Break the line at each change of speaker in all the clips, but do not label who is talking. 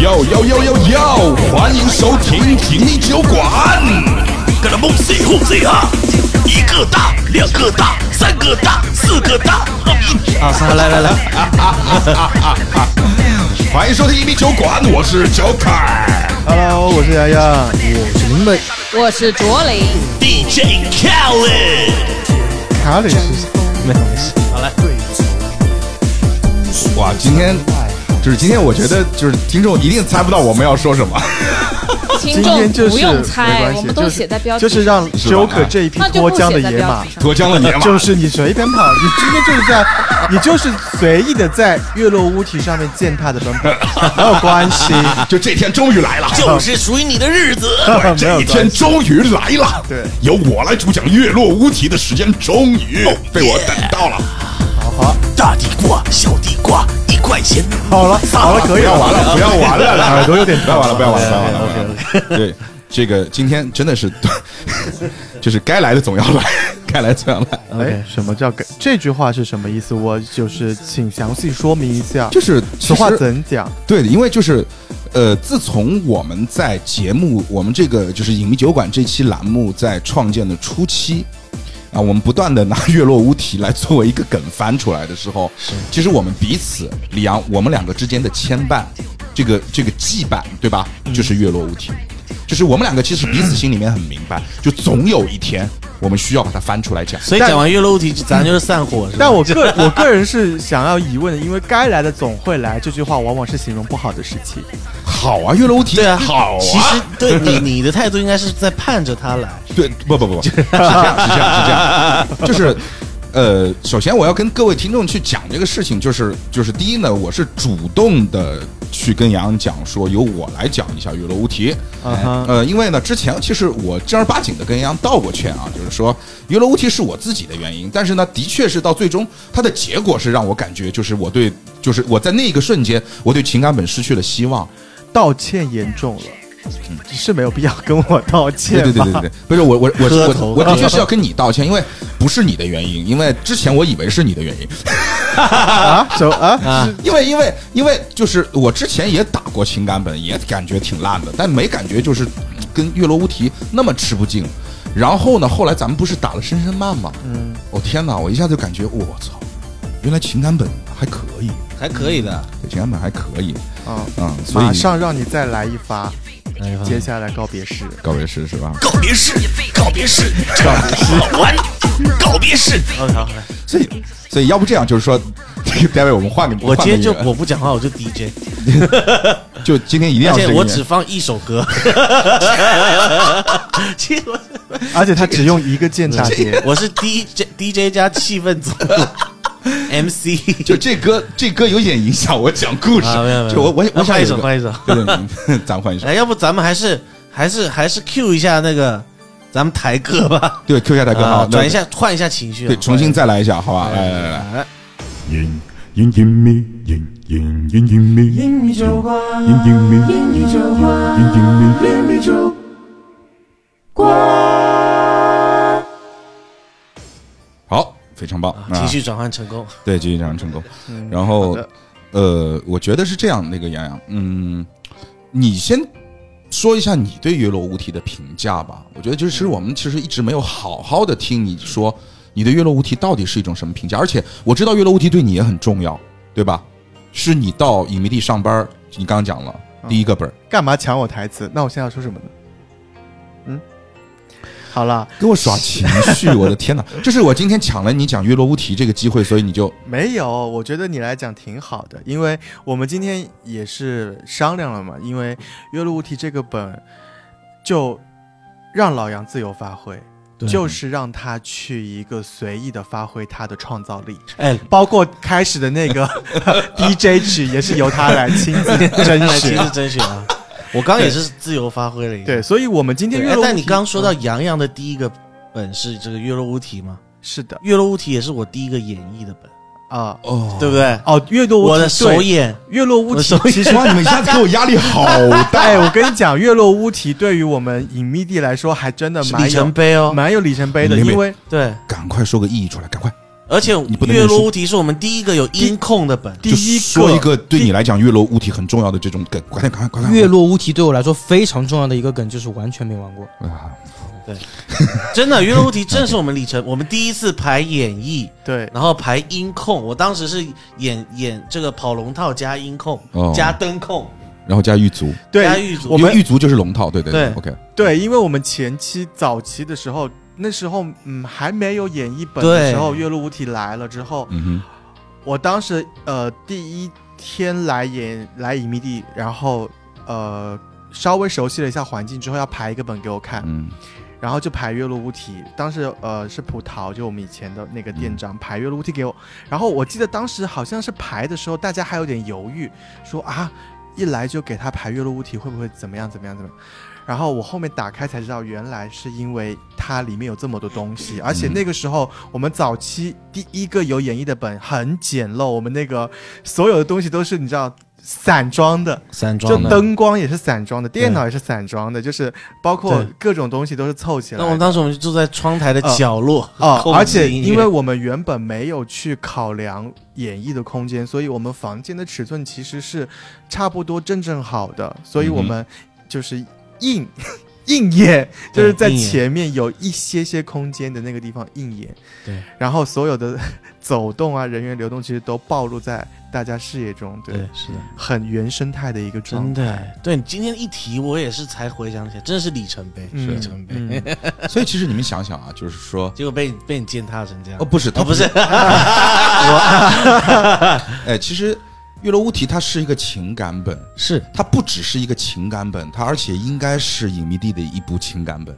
呦呦呦呦，欢迎收听锦鲤酒馆。
跟他梦 C 哄 C 哈，一个大，两个大，三个大，四个大，
啊，三来来来，
欢迎收听一米酒馆，我是 Joker。
Hello，我是洋洋，我是林北。
我是卓林，
DJ Khaled，
卡里是没有没事，
哇，今天就是今天，我觉得就是听众一定猜不到我们要说什么。
听
今
众
天就是
不用
没
猜，
关
我
系，
们
就
都
是
写在标题
就
上，
是让
是吧
Joker 这一匹
那就
脱
不
缰的
写在
野
标
马
题，上。
脱缰了 野马，
就是你随便跑，你今天就是在，你就是随意的在月落乌啼上面践踏的奔跑，没有 关系，
就这天终于来了，
就是属于你的日子。
没有
这一天
关系。
终于来了。
对
由我来主讲月落乌啼的时间终于被我等到了。
好好，
大地瓜，小地瓜，一块钱。
好了，好了，可
不
以
要玩了，不要玩了，
耳朵有点
不要玩了，不要玩了，不要玩了，
OK，OK，OK
不要玩了。对，这个今天真的是， 就是该来的总要来， 该来总要来。
哎，什么叫给？这句话是什么意思？我就是请详细说明一下。
就是
此话
其实
怎讲？
对的，因为就是，呃，自从我们在节目，我们这个就是影迷酒馆这期栏目在创建的初期。啊，我们不断的拿月落乌啼来作为一个梗翻出来的时候，其实我们彼此，李阳，我们两个之间的牵绊，这个这个羁绊，对吧？就是月落乌啼，就是我们两个其实彼此心里面很明白，就总有一天我们需要把它翻出来讲。
所以讲完月楼梯，咱就是散伙。是吧
但我个我个人是想要疑问的，因为该来的总会来这句话，往往是形容不好的事情。
好啊，月落乌啼，
对啊，
好啊，
其实对你你的态度应该是在盼着他来。
对，不不不不，是这样，是这样，是这样，就是。呃，首先我要跟各位听众去讲这个事情，就是就是第一呢，我是主动的去跟杨洋讲说，由我来讲一下月落乌啼。
啊哈，
呃，因为呢，之前其实我正儿八经的跟杨洋道过歉啊，就是说月落乌啼是我自己的原因，但是呢，的确是到最终它的结果是让我感觉就是我对就是我在那个瞬间我对情感本失去了希望，
道歉严重了，是没有必要跟我道歉
嗯对对
吧？
对对对，不是我我我
磕
我
头
我的确是要跟你道歉，因为不是你的原因，因为之前我以为是你的原因，
啊，什么啊？是
因为因为因为就是我之前也打过情感本，也感觉挺烂的，但没感觉就是跟月落乌啼那么吃不进。然后呢，后来咱们不是打了深深漫吗？嗯，哦天哪，我一下就感觉我操，原来情感本还可以，
还可以的。
对情感本还可以，
啊，
嗯，所以
马上让你再来一发，
哎呀
接下来告别式。
告别式是吧？
告别式，告别式，真好玩。告别式，
OK，好，
所以所以要不这样，就是说， 待会我们换个，
我今天就
换个
我不讲话，我就 DJ，
人就今天一定
而
要
且
这个
我
人
只放一首 歌。其实我
而且他只用一个键打碟，
我是 DJ DJ 加气 氛组 MC，
就这歌，这歌有点影响我讲故事。
啊没有没有
就我我
那
我想
换一
有
首哎
个
换一首，
有点影 咱换一首。
来，要不咱们还是还是还是 Q 一下那个咱们台歌吧，
对，Q 一下大哥，好
啊，转一，
那
下哎换一下情绪啊，
对，重新再来一下，好吧？来来来来，
来。
隐隐隐秘，隐隐隐隐秘，隐秘酒馆，隐隐秘，隐秘酒馆，隐隐秘，隐秘酒
好，非常棒，
情
啊
绪转换成功，
对，继续这样成 功。然后，呃，我觉得是这样，那个洋洋，嗯，你先说一下你对月落乌啼的评价吧。我觉得就是我们其实一直没有好好的听你说你对月落乌啼到底是一种什么评价，而且我知道月落乌啼对你也很重要，对吧？是你到影迷地上班，你刚刚讲了第一个本儿，
干嘛抢我台词？那我现在要说什么呢？嗯，好了，
给我耍情绪，我的 天哪！这是我今天抢了你讲月落乌啼这个机会，所以你就
没有，我觉得你来讲挺好的，因为我们今天也是商量了嘛，因为《月落乌啼》这个本就让老杨自由发挥，就是让他去一个随意的发挥他的创造力，
哎，
包括开始的那 个 DJ 曲也是由他来亲自甄
来
选
听。是真选啊！ 我刚也是自由发挥了一个。
对，所以我们今天
对，
月
哎
落乌啼，嗯
但你刚说到杨洋的第一个本是这个《月落乌啼》嘛，
是的
《月落乌啼》也是我第一个演绎的本，
啊，
哦，
对不对？
哦，月落乌
我
啼
的首
对
演，
月落乌
我的
啼
首演，
哇，你们一下子给我压力好大。
哎，我跟你讲，月落乌啼对于我们影迷地来说，还真的
是
蛮
里
有
程碑哦。
蛮有里程碑的，
里面
因为
对，
赶快说个意义出来，赶快！
而且
你不能
月
认输
落乌啼是我们第一个有音控的本，
第
就
一
说一个对
第
你来讲月落乌啼很重要的这种梗，快点，快点，快点！
月落乌啼对我来说非常重要的一个梗，就是完全没玩过。
啊，
真的月落乌啼正是我们里程， 我们第一次排演绎，
对
然后排音控，我当时是演演这个跑龙套加音控、
哦
加灯控，
然后加狱卒，
加
对
狱卒
我们
因为狱卒就是龙套，对对
对
o k
对，因为我们前期早期的时候，那时候嗯还没有演绎本的时候，月落乌啼来了之后，
嗯
我当时呃第一天来演来影迷地，然后呃稍微熟悉了一下环境之后，要排一个本给我看
哼，，嗯
然后就排《月落乌啼》，当时呃是葡萄，就我们以前的那个店长排《月落乌啼》给我，然后我记得当时好像是排的时候，大家还有点犹豫，说啊，一来就给他排《月落乌啼》会不会怎么样怎么样怎么样？然后我后面打开才知道，原来是因为它里面有这么多东西，而且那个时候我们早期第一个有演绎的本很简陋，我们那个所有的东西都是你知道散装的，
散
就灯光也是散装的，电脑也是散装的，就是包括
对
各种东西都是凑起来
那
的。
我们当时我们就住在窗台的
啊
角落
哦，
控制
而且
音乐
因为我们原本没有去考量演绎的空间，所以我们房间的尺寸其实是差不多正正好的，所以我们就是硬、硬演，
对
就是在
硬演
前面有一些些空间的那个地方硬演。
对，
然后所有的 走动啊、人员流动，其实都暴露在大家视野中，对，
对是的，
很原生态的一个状
真
态。
的对。你今天一提，我也是才回想起来，真的是里程碑，
嗯
里程碑。
嗯
所以其实你们想想啊，就是说，
结果被你被你践踏成这样
哦，，不是，它
哦不是，
哎，其实《月落乌啼》它是一个情感本，
是
它不只是一个情感本，它而且应该是隐秘地的一部情感本。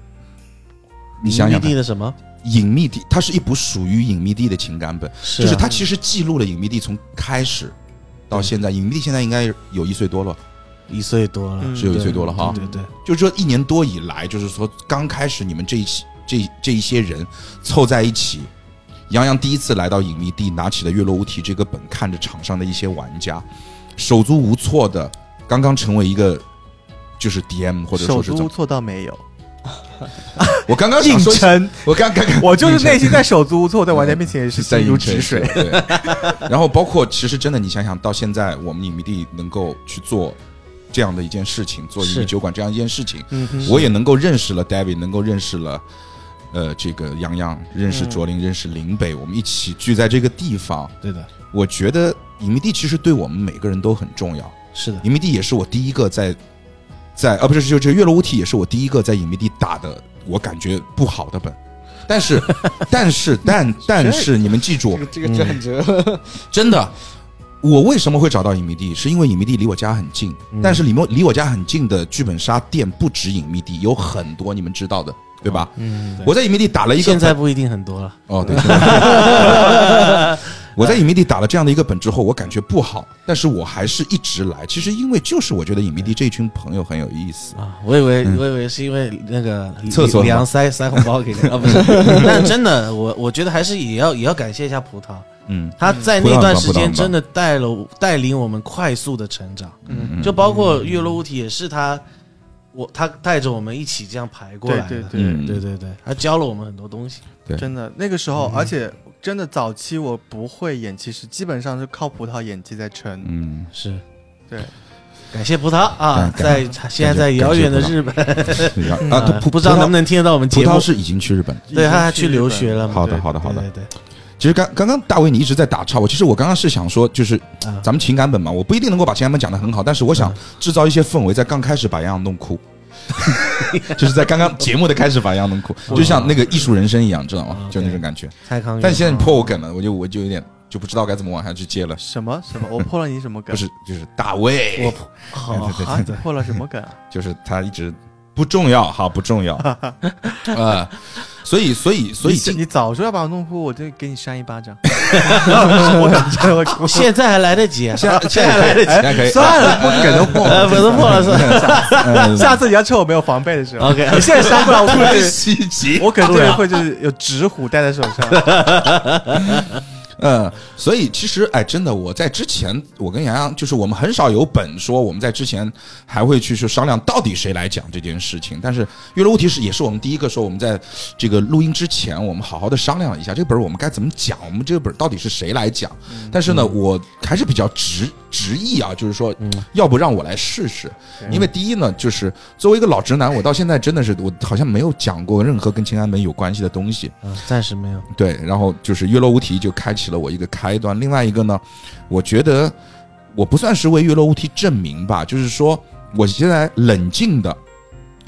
你想想看
地，的什么？
隐秘地，它是一部属于隐秘地的情感本，
啊
是啊
就是它其实记录了隐秘地从开始到现在，隐秘地现在应该有一岁多了，
一岁多了，
嗯
是有一岁多了哈。
对对对，
就是说一年多以来，就是说刚开始你们这一期这这一些人凑在一起，杨洋第一次来到影迷地，拿起了《月落乌啼》这个本，看着场上的一些玩家，手足无措的，刚刚成为一个就是 DM 或者
手
说是怎
足无
么，
措倒没有，
我刚刚
硬
想说，
撑，
我刚刚刚
我就是内心在手足无措，我在玩家面前也是
在
心如止水。。
对，然后包括其实真的，你想想到现在，我们影迷地能够去做这样的一件事情，做影迷
是
酒馆这样一件事情，
嗯哼
我也能够认识了 David，能够认识了。呃，这个杨洋认识
嗯
卓林，认识林北，我们一起聚在这个地方，
对的，
我觉得影迷地其实对我们每个人都很重要。
是的，
影迷地也是我第一个在在啊，不是，就这《月落乌啼》也是我第一个在影迷地打的，我感觉不好的本。但是，但是，但但是，你们记住，
这个转折，
真的，我为什么会找到影迷地？是因为影迷地离我家很近，但是离我离我家很近的剧本杀店不止影迷地，有很多你们知道的，对吧？
嗯，对
我在影迷地打了一个
现在
本
不一定很多了，
哦，对，现在 我在影迷地打了这样的一个本之后，我感觉不好，但是我还是一直来。其实因为就是我觉得影迷地这群朋友很有意思，
啊，我以为、我以为是因为那个
嗯厕所
梁塞塞红包给 你啊，不是，但真的，我我觉得还是也要也要感谢一下葡萄，
嗯，
他在那段时间真的带了带领我们快速的成长，
嗯
就包括月落乌啼也是他，我他带着我们一起这样排过来的，
对对
嗯
对对对他教了我们很多东西，
对嗯
真的那个时候，而且真的早期我不会演，其实基本上是靠葡萄演技在撑。
嗯，
是
对，
感谢葡萄啊，在
感
现在在遥远的日本，
对然后啊，
啊
葡
不知道能
能
不能听得到我们
葡
节
萄
目，
是已经去日本了。
对他还去
已经
留
日本
学了嘛，
好的，
对
好的，好的
对。对
其实刚刚刚大卫你一直在打岔，我其实我刚刚是想说，就是
对，啊嗯
咱们情感本嘛，我不一定能够把情感本讲得很好，但是我想制造一些氛围，在刚开始把杨洋弄哭， 就是在刚刚节目的开始把杨洋弄 哭，就像那个艺术人生一样，知道吗？
嗯
就那种感觉。
蔡康永，
但现在你破我梗了，我就我就有点就不知道该怎么往下去接了。
什么什么？我破了你什么梗？
不 是，就是大卫，
好
对对
啊，你破了什么梗啊？
就是他一直不重要，哈，不重 要，啊，所以所以所以
你
这
你早说要把我弄哭，我就给你扇一 巴掌。我真会哭。
现在还来得 及啊，
现在现在
来
可 以，
得及
现在可以，
哎算了，不梗都破
呃，
了。
粉丝破了是吧
哎嗯
下次你要趁我没有防备的时候，
？OK，
你现在扇过来，我可
啊
能
西极啊
我可能会就是有纸虎戴在手上。
嗯，所以其实哎，真的，我在之前，我跟洋洋就是我们很少有本说我们在之前还会去去商量到底谁来讲这件事情。但是娱乐物体是也是我们第一个说我们在这个录音之前，我们好好的商量了一下这个本儿我们该怎么讲，我们这个本儿到底是谁来讲。但是呢，我还是比较执执意啊，就是说，要不让我来试试，因为第一呢，就是作为一个老直男，我到现在真的是我好像没有讲过任何跟清安门有关系的东西。
嗯，暂时没有。
对，然后就是月落乌啼就开启了我一个开端。另外一个呢，我觉得我不算是为月落乌啼证明吧，就是说我现在冷静的、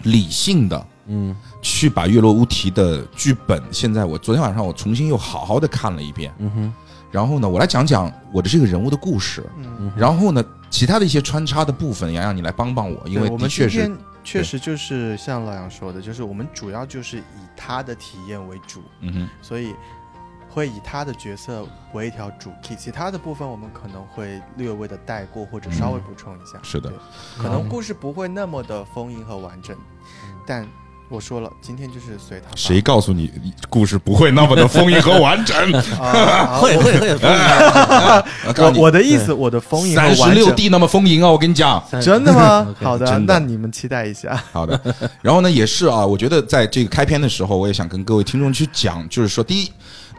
理性的
嗯，
去把月落乌啼的剧本，现在我昨天晚上我重新又好好的看了一遍。
嗯哼，
然后呢，我来讲讲我的这个人物的故事。
嗯，
然后呢，其他的一些穿插的部分，洋洋你来帮帮我，因为
对我
的
们
确
今
是，
天确实就是像老杨说的，就是我们主要就是以他的体验为主，
嗯哼，
所以会以他的角色为一条主 key，其他的部分我们可能会略微的带过或者稍微补充一下。
嗯是的
对，可能故事不会那么的丰盈和完整，但我说了，今天就是随他吧
谁告诉你故事不会那么的丰盈和完 整？
啊
会会会会，
我我的意思，我的丰盈和
三十
完
六
整，
地那么丰盈啊！我跟你讲，
真的吗？好的，
真的
那你们期待一下。
好的。然后呢，也是啊，我觉得在这个开篇的时候，我也想跟各位听众去讲，就是说，第一，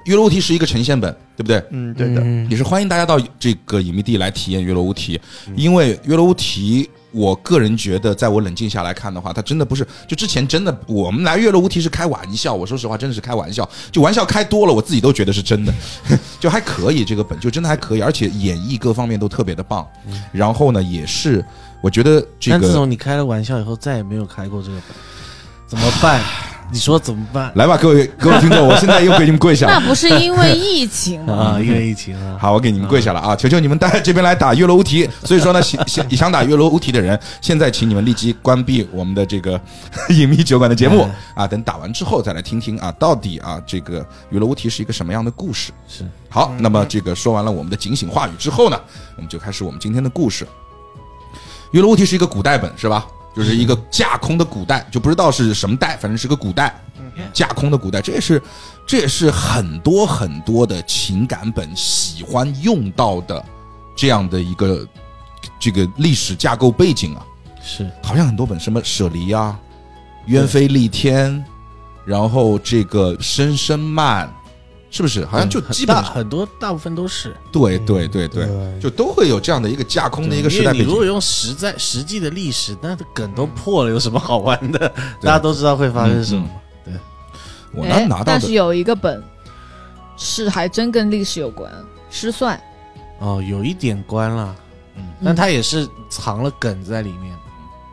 月落乌啼是一个呈现本，对不对？
嗯，对的，
嗯
也是欢迎大家到这个影迷地来体验月落乌啼，
嗯
因为月落乌啼，我个人觉得，在我冷静下来看的话，它真的不是就之前真的我们来月落乌啼是开玩笑，我说实话真的是开玩笑，就玩笑开多了，我自己都觉得是真 的，就还可以这个本就真的还可以，而且演绎各方面都特别的棒，然后呢，也是我觉得这
嗯但自
个
从你开了玩笑以后，再也没有开过这个本，怎么办？你说怎么办？
来吧，各位各位听众，我现在又给你们跪 下
那
了。
不是因为 疫情吗？
啊，因为疫情啊，
好，我给你们跪下了啊！求求你们大家这边来打月落乌啼。所以说呢，想想想打月落乌啼的人，现在请你们立即关闭我们的这个 影迷酒馆的节目啊！等打完之后再来听听啊，到底啊这个月落乌啼是一个什么样的故事？
是
好，那么这个说完了我们的警醒话语之后呢，我们就开始我们今天的故事。月落乌啼是一个古代本是吧？就是一个架空的古代，就不知道是什么代，反正是个古代，架空的古代，这也是这也是很多很多的情感本喜欢用到的这样的一个这个历史架构背景啊，
是，
好像很多本什么舍离啊、鸢飞戾天，然后这个申申曼，是不是？好像就
嗯很
基本
大
上
很多大部分都是
对对对嗯对，就都会有这样的一个架空的一个时代
因为
背
你
景
如。果用实在实际的历史，那梗都破了，有什么好玩的？大家都知道会发生什么。
嗯我
哎，
能拿到
但
的
是有一个本是还真跟历史有关，失算。
哦，有一点关了，
嗯
但它也是藏了梗在里面的。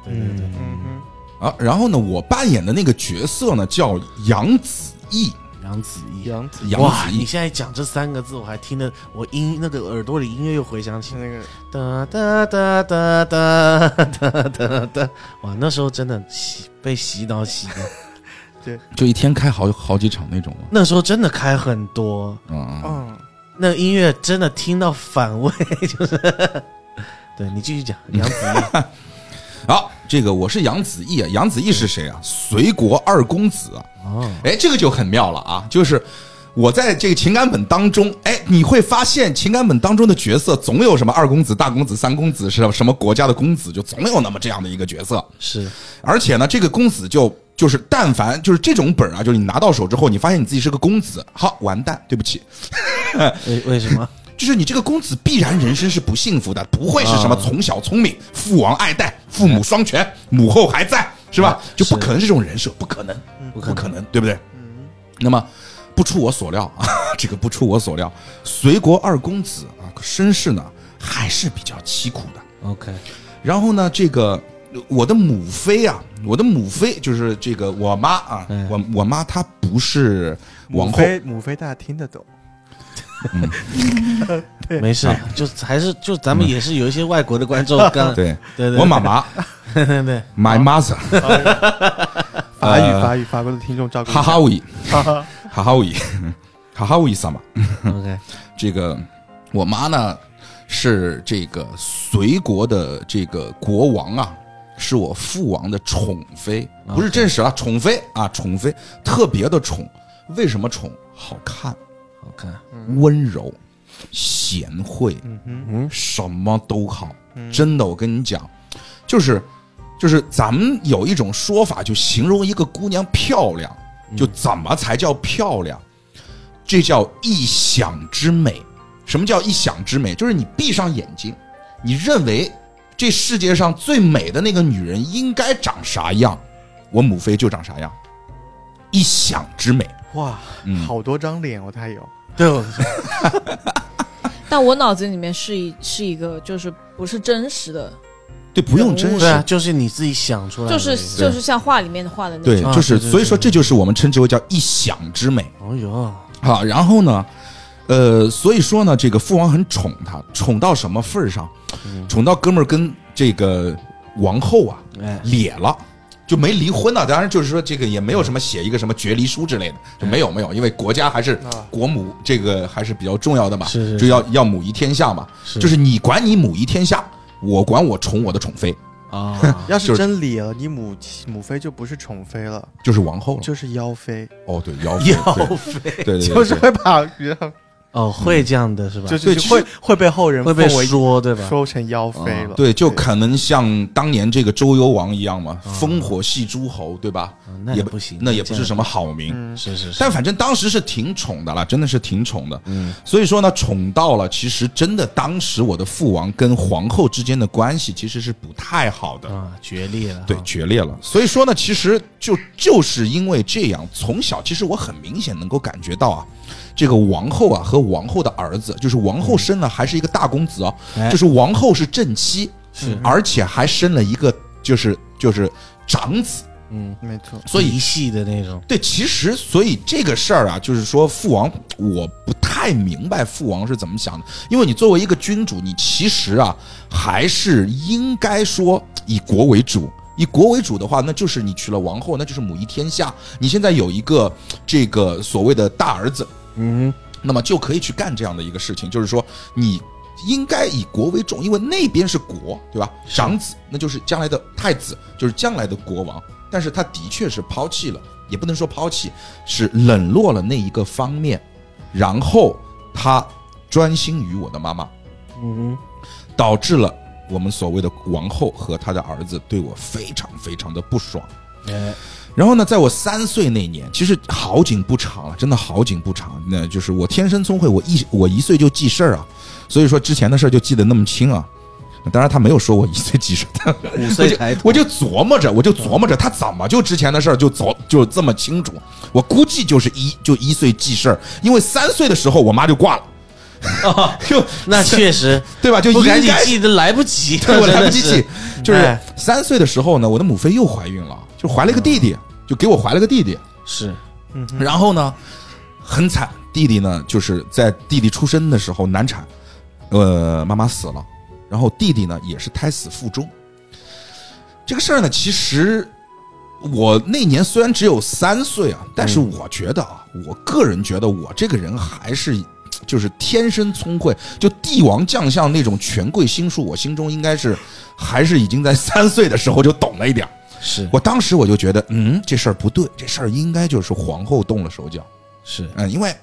对对对，
嗯
啊，然后呢，我扮演的那个角色呢叫杨子毅，
杨子
哼，
怡，
杨紫
杨
哇！
子
你
毅，
现在讲这三个字，我还听得我音那个耳朵里音乐又回响起
是，那
哒
个
哒哒哒哒哒哒哒，哇！那时候真的洗被洗脑洗脑，
就一天开好好几场那种嘛。
那时候真的开很多，
嗯嗯，
嗯，
那个音乐真的听到反胃， 就是。对你继 续讲杨子怡，
好，这个我是杨子毅啊，杨子毅是谁啊？隋国二公子啊。
哦，
哎，这个就很妙了啊，就是我在这个情感本当中，哎，你会发现情感本当中的角色总有什么二公子、大公子、三公子，是什么国家的公子，就总有那么这样的一个角色。
是
而且呢，这个公子就就是但凡就是这种本儿啊，就是你拿到手之后，你发现你自己是个公子，好完蛋，对不起，
为为什么？
就是你这个公子必然人生是不幸福的，不会是什么从小聪明、父王爱戴、父母双全、母后还在，是吧？就不可能是这种人设，不可能，不可能，对不对？那么不出我所料啊， 这个不出我所料，啊隋国二公子啊，可身世呢还是比较凄苦的。
OK，
然后呢，这个呃我的母妃啊，我的母妃就是这个我妈啊，
嗯
我我妈她不是王
母
后，
妃，母妃大家听得懂，
没事，啊就还是就咱们也是有一些外国 的观众，刚
对
对对，
嗯我妈妈
对对对，
，my mother，
法
呃
语法语法国的听众照顾一下
哈哈维，哈哈维，哈哈维萨嘛，
OK，
这个我妈呢是这个隋国的这个国王啊，是我父王的宠妃，不是正室啊，宠妃啊，宠妃特别的宠，为什么宠？好看，
好看，
温柔，贤惠，
嗯哼，
嗯，
什么都好。
嗯
真的，我跟你讲，就是就是咱们有一种说法，就形容一个姑娘漂亮，
嗯
就怎么才叫漂亮？这叫一想之美。什么叫一想之美？就是你闭上眼睛，你认为这世界上最美的那个女人应该长啥样，我母妃就长啥样。一想之美，
哇，
嗯
好多张脸哦，他有，
对， 我
但我脑子里面是一是一个，就是不是真实的，
对，不用真
对啊，
实，
就是你自己想出来的，
就是
对
就是像画里面画的那
对
种。，
啊
就是
对对对
所以说这就是我们称之为叫一想之美。
哦哟，
好，然后呢，呃，所以说呢，这个父王很宠她，宠到什么份儿上？宠到哥们儿跟这个王后啊
哎，
咧了。就没离婚呢、当然就是说这个也没有什么写一个什么决离书之类的，就没有没有，因为国家还是国母这个还是比较重要的嘛，
是是
就要要母仪天下嘛，
是
就是你管你母仪天下，我管我宠我的宠妃，
啊，
要
就是是
真理了，你母亲母妃就不是宠妃了，
就是王后了。
就是妖妃，
哦，对，妖妃，
要飞
对对对对，
就是会把人
哦，会这样的是吧？
就是
对其实
会会被后人
会被
奉为
说对吧？
说成妖妃了，
啊对，就肯能像当年这个周幽王一样嘛，烽火戏诸侯，对吧？
啊那
也
也不行，
那也不是什
么，
么好名。
是嗯是是，
但反正当时是挺宠的了，真的是挺宠的。嗯，所以说呢，宠到了，其实真的当时我的父王跟皇后之间的关系其实是不太好的，
啊，决裂了，
对，决裂了。所以说呢，其实就就是因为这样，从小其实我很明显能够感觉到啊，这个王后啊和王后的儿子，就是王后生了还是一个大公子哦，
嗯哎
就是王后是正妻，
是，
而且还生了一个就是就是长子，
嗯，
没错，
所以
嫡系的那种，
对，其实所以这个事儿啊，就是说父王，我不太明白父王是怎么想的，因为你作为一个君主，你其实啊还是应该说以国为主。以国为主的话，那就是你娶了王后，那就是母仪天下。你现在有一个这个所谓的大儿子，
嗯，
那么就可以去干这样的一个事情，就是说你应该以国为重，因为那边是国，对吧？长子那就是将来的太子，就是将来的国王。但是他的确是抛弃了，也不能说抛弃，是冷落了那一个方面，然后他专心于我的妈妈，
嗯
导致了我们所谓的王后和他的儿子对我非常非常的不爽。
哼，哎，
然后呢，在我三岁那年，其实好景不长了，真的好景不长。那就是我天生聪慧，我一我一岁就记事儿啊，所以说之前的事儿就记得那么清啊。当然他没有说我一岁记事儿，但
五
我
岁
就
抬头，
我就琢磨着，我就琢磨着他怎么就之前的事儿就走就这么清楚。我估计就是一就一岁记事儿，因为三岁的时候我妈就挂了，就
那确实，
对吧？就
不
应
赶紧
该
记得来不及，
对我来不及
真的
记
是，，
就是
哎
三岁的时候呢，我的母妃又怀孕了，就怀了一个弟弟，就给我怀了个弟弟。
是
然后呢，很惨，弟弟呢就是在弟弟出生的时候难产，呃，妈妈死了，然后弟弟呢也是胎死腹中。这个事儿呢，其实我那年虽然只有三岁啊，但是我觉得啊，我个人觉得我这个人还是。就是天生聪慧，就帝王将相那种权贵心术，我心中应该是还是已经在三岁的时候就懂了一点儿。
是
我当时我就觉得，嗯，这事儿不对，这事儿应该就是皇后动了手脚。
是，
嗯，因为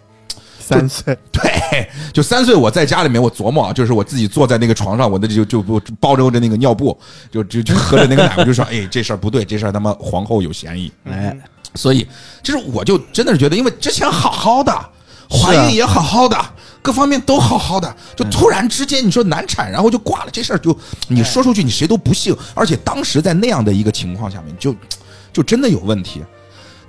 三岁，
对，就三岁我在家里面，我琢磨啊，就是我自己坐在那个床上，我那就就我包着着那个尿布，就就就喝着那个奶，我 就说，哎，这事儿不对，这事儿他妈皇后有嫌疑。嗯
哎，
所以，其实我就真的是觉得，因为之前好好的，
啊
怀孕也好好的，
嗯
各方面都好好的，就突然之间你说难产，然后就挂了，这事儿
哎
就你说出去，你谁都不信。而且当时在那样的一个情况下面，就就真的有问题。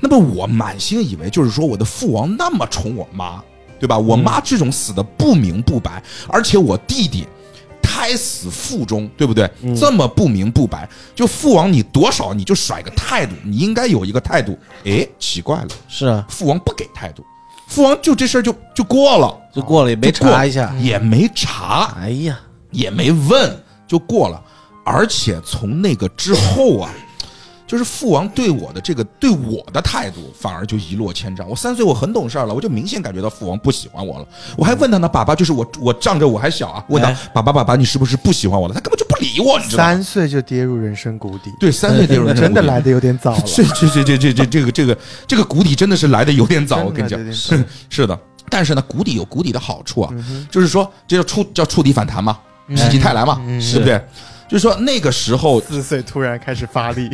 那么我满心以为，就是说我的父王那么宠我妈，对吧？我妈这种死的不明不白，而且我弟弟。胎死腹中，对不对？
嗯
这么不明不白，就父王你多少你就甩个态度，你应该有一个态度。哎，奇怪了，
是啊，
父王不给态度，父王就这事儿就就过了，
就过了也没
就过了
查一下，
也没查，
哎呀，
也没问，就过了。而且从那个之后啊，就是父王对我的这个对我的态度，反而就一落千丈。我三岁，我很懂事儿了，我就明显感觉到父王不喜欢我了。我还问他呢，爸爸，就是我我仗着我还小啊，问他、
哎
爸爸爸爸，你是不是不喜欢我了？他根本就不理我，你知道吗？
三岁就跌入人生谷底，
对，三岁跌入人生
真的
谷底
来的有点早 了，
这这这这这这这个这个这个谷底真的是来的有点早，我跟你讲，
真的来得有点早
是是的。但是呢，谷底有谷底的好处啊，
嗯哼
就是说这叫触叫触底反弹嘛，
嗯
否极泰来嘛，
嗯
对不对？就是说那个时候，
四十岁突然开始 发力，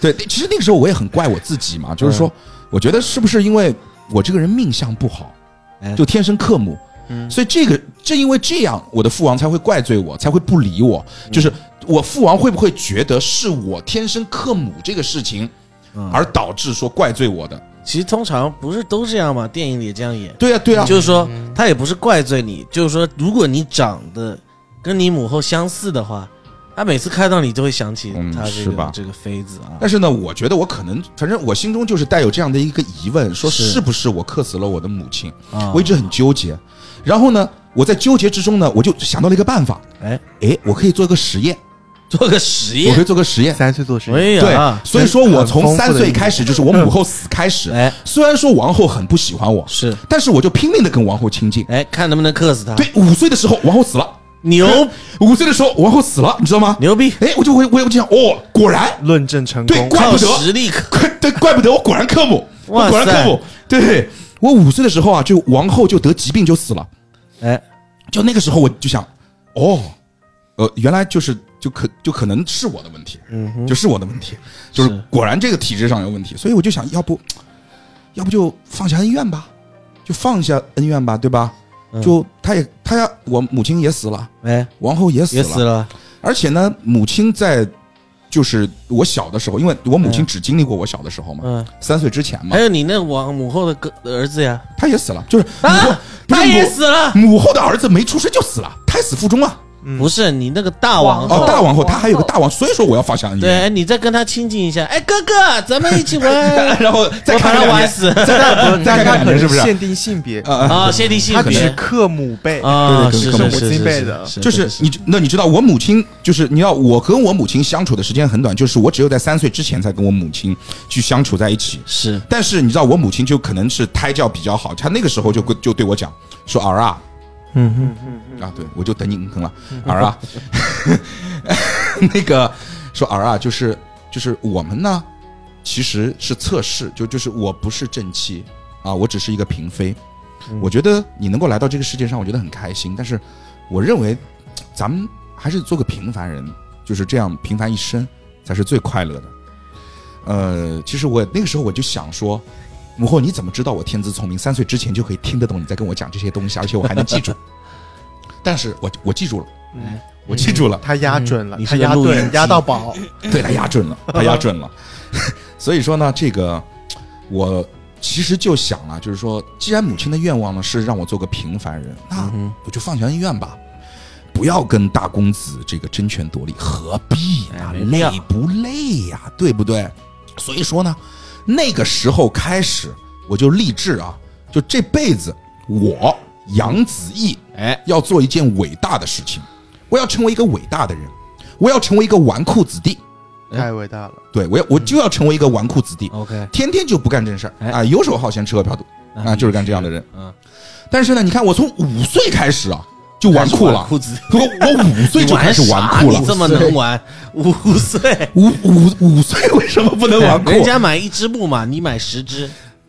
对，其实那个时候我也很怪我自己嘛，就是说，
嗯
我觉得是不是因为我这个人命相不好，
哎
就天生克母，
嗯
所以这个正因为这样，我的父王才会怪罪我，才会不理我。
嗯
就是我父王会不会觉得是我天生克母这个事情，
嗯
而导致说怪罪我的？
其实通常不是都这样嘛，电影里也这样演，
对啊，对啊，
就是说他也不是怪罪你，就是说如果你长得跟你母后相似的话，他每次看到你都会想起
嗯
他这
是
个、
吧
这个妃子啊。
但是呢，我觉得我可能，反正我心中就是带有这样的一个疑问，说
是
是不是我克死了我的母亲？
啊
我一直很纠结。然后呢，我在纠结之中呢，我就想到了一个办法，
哎
哎，我可以做一个实验，
做个实
我可
验，
以做个实验。
三岁做实
哎
验，
对
呀，，
所以说我
很
从
丰富的
三岁
意义
开始，就是我母后死开始。
哎
虽然说王后很不喜欢我，
是，
但是我就拼命的跟王后亲近。
哎，看能不能克死他。
对，五岁的时候王后死了，
牛
五岁的时候王后死了，你知道吗？
牛逼，
哎，我就我我我就想，哦，果然，
论证成
对
功，
怪
靠
不得
实力克。
怪对，怪不得我果然克母，
哇
我果然
塞
克母。对我五岁的时候啊，就王后就得疾病就死了。
哎，
就那个时候我就想，哦，呃，原来就是就可就可能是我的问题，
嗯哼，
就是我的问题，就是
是
果然这个体制上有问题，所以我就想要不，要不就放下恩怨吧，就放下恩怨吧，对吧？
嗯
就他也他呀，我母亲也死了，
哎，
王后也死
也
了，
死了，
而且呢，母亲在就是我小的时候，因为我母亲
嗯
只经历过我小的时候嘛，
嗯，
三岁之前嘛
还，有你那王母后的哥儿子呀，
她也死了，就是母后、
啊，
不是
他也
母
死了，
母后的儿子没出生就死了，胎死腹中啊！
嗯
不是你那个大王
哦，
后，
大王后，她还有个大王，所以说我要放下恩
对，
怨。
哎你再跟他亲近一下，哎，哥哥，咱们一起玩，
然后 再
我把
看个
他
两
玩
年，
死
再看再看个
他
两
可
年
能
是不是？啊
限定性别？
呃呃，
啊，谢帝信
他
可
只是
能
克母辈，
啊，
对对
是
可能
是
母
是
亲辈
是
的
是，
就是
是
你，那你知道我母亲，就是你要我跟我母亲相处的时间很短，就是我只有在三岁之前才跟我母亲去相处在一起。
是
但是你知道我母亲就可能是胎教比较好，她那个时候就就对我讲说儿啊，
嗯
啊，对我就等你嗯哼了，儿啊，那个说儿啊，就是就是我们呢，其实是测试，就就是我不是正妻啊，我只是一个嫔妃。我觉得你能够来到这个世界上，我觉得很开心。但是我认为，咱们还是做个平凡人，就是这样平凡一生才是最快乐的。呃，其实我那个时候我就想说，母后你怎么知道我天资聪明？三岁之前就可以听得懂你在跟我讲这些东西，而且我还能记住。但是我我记住了，
嗯，
我记住了，
他压准了
嗯你，
他
是个
压
录音
对，
机
压到宝，
对他压准了，他压准了。 所以说呢，这个我其实就想了，就是说，既然母亲的愿望呢是让我做个平凡人，那
嗯
我就放下恩怨吧，不要跟大公子这个争权夺利，何必呢
哎？没必
累
要
不累呀、对不对？所以说呢，那个时候开始，我就立志啊，就这辈子我杨子毅
哎，
要做一件伟大的事情，我要成为一个伟大的人，我要成为一个纨绔子弟。
太伟大了。
对我要我就要成为一个纨绔子弟，
OK，
天天就不干正事儿
哦哎
啊，游手好闲，吃喝嫖赌啊，就是干这样的人。
嗯，
但是呢，你看我从五岁开始啊，就纨绔了，
裤子，
我我五岁就开始纨
啥
绔
你这
了，
么能玩？五岁
五五五岁为什么不能纨
哎人
绔？
家买一只布嘛，你买十只，
对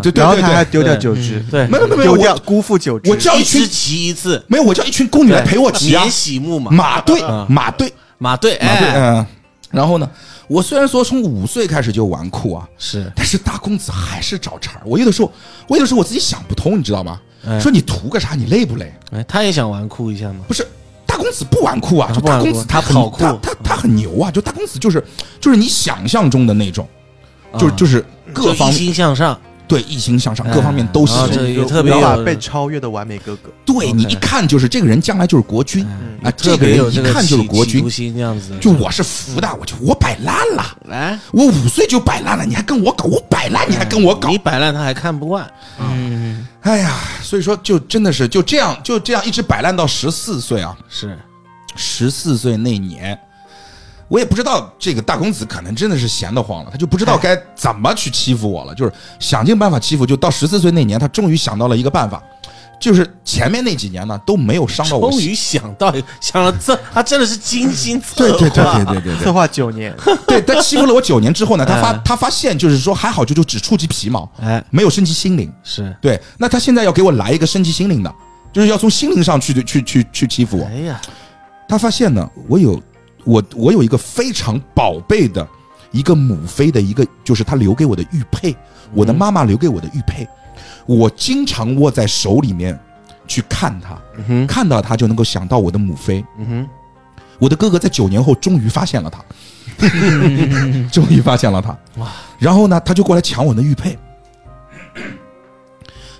对对
然后
对
他还
对，
丢掉九只，
对
没有没有没有，
丢掉
我
辜负九只
我。叫
一
一群
只骑一次，
没有我叫一群宫女来陪我骑啊
免，洗木马
马队
嗯
马队
马队，
马队，
哎，
嗯。然后呢，我虽然说从五岁开始就纨绔啊，
是
但是大公子还是找茬儿。我有的时候，我有的时候我自己想不通，你知道吗？
哎
说你图个啥？你累不累？
哎，他也想纨绔一下嘛，
不是大公子不纨绔啊，
啊
就
不纨
大
绔
公子
他
很
跑酷
他他他很牛啊，就大公子就是就是你想象中的那种，就是
啊
就是各
就
方面
一心向上，
对一心向上，
哎
各方面都行
然。后这
一个
也特别
无法
有
被超越的完美哥哥，
对你一看就是这个人将来就是国君
嗯
啊，
特
个
别有
人一
这个
看就是
企
国
企
君
图，心这样子的，
就我是服的，我就我摆烂了。
哎，
我五岁就摆烂了，你还跟我搞？我摆烂，你还跟我搞？
你摆烂他还看不惯，
嗯，
哎呀，所以说就真的是就这样就这样一直摆烂到十四岁啊！
是
十四岁那年，我也不知道这个大公子可能真的是闲得慌了，他就不知道该怎么去欺负我了，就是想尽办法欺负。就到十四岁那年，他终于想到了一个办法，就是前面那几年呢都没有伤到我
终
心。
于想到，想了这，他真的是精心策
对
划。
对对对对对
策
对
划九年，
对，他欺负了我九年之后呢，他发他发现就是说还好，就就只触及皮毛，
哎，
没有升级心灵。
是，
对，那他现在要给我来一个升级心灵的，就是要从心灵上去去去去欺负我。
哎呀，
他发现呢，我有我我有一个非常宝贝的一个母妃的一个，就是他留给我的玉佩，我
嗯
的妈妈留给我的玉佩，我经常握在手里面去看它，
嗯哼，
看到它就能够想到我的母妃。
嗯哼，
我的哥哥在九年后终于发现了他，终于发现了他。
嗯哇！
然后呢，他就过来抢我的玉 佩，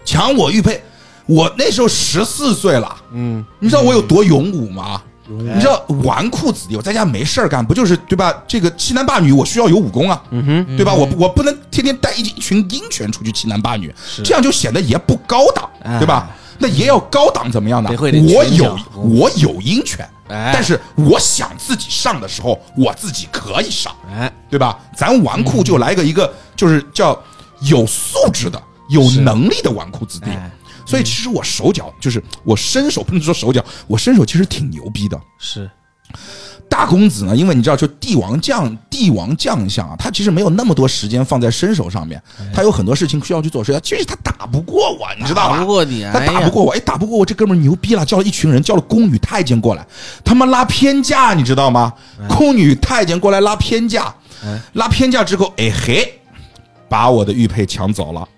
抢我玉佩。我那时候十四岁了，
嗯，
你知道我有多勇武吗？你知道纨绔子弟，我在家没事儿干，不就是对吧？这个欺男霸女，我需要有武功啊，
嗯哼，
对吧？我不我不能天天带一群鹰犬出去欺男霸女，这样就显得爷不高档，
哎
对吧？那爷要高档怎么样呢
得会点？
我
拳脚
有我有鹰犬，
哎
但是我想自己上的时候，我自己可以上，
哎，
对吧？咱纨绔就来个一个，就是叫有素质的、有能力的纨绔子弟
哎。
所以其实我手脚就是我身手，不能说手脚，我身手其实挺牛逼的。
是，
大公子呢，因为你知道，就帝王将帝王将相啊，他其实没有那么多时间放在身手上面，他有很多事情需要去做，所以他其实他打不过我，你知道吧？
打不过你，
他
哎
打
呀
不，过我，哎，打不过我，这哥们儿牛逼了，叫了一群人，叫了宫女太监过来，他妈拉偏架，你知道吗？
哎
宫女太监过来拉偏架，拉偏架之后，哎嘿，把我的玉佩抢走了，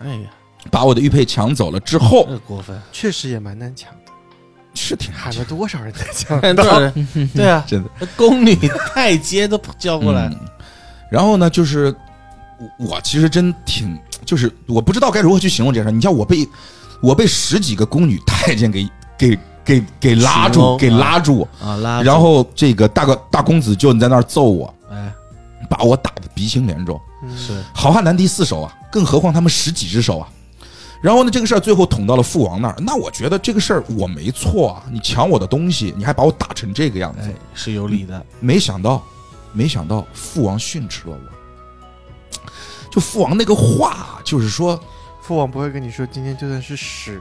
哎呀，
把我的玉佩抢走了之后，
这 过分，
确实也蛮难抢的，
是挺
喊了多少人在抢？
看多少人，对啊，
真的。
宫女太监都叫过来，
嗯然后呢，就是我我其实真挺，就是我不知道该如何去形容这事儿。你像我被我被十几个宫女太监给给给给拉
群
住，
殴
给拉住，
啊拉住，
然后这个大个大公子就在那儿揍我，
哎，
把我打得鼻青脸肿。
是，
好汉难敌四手啊，更何况他们十几只手啊。然后呢，这个事儿最后捅到了父王那儿。那我觉得这个事儿我没错啊，你抢我的东西，你还把我打成这个样子
哎，，是有理 的，
没想到，没想到父王训斥了我。就父王那个话，就是说，
父王不会跟你说今天就算 是屎，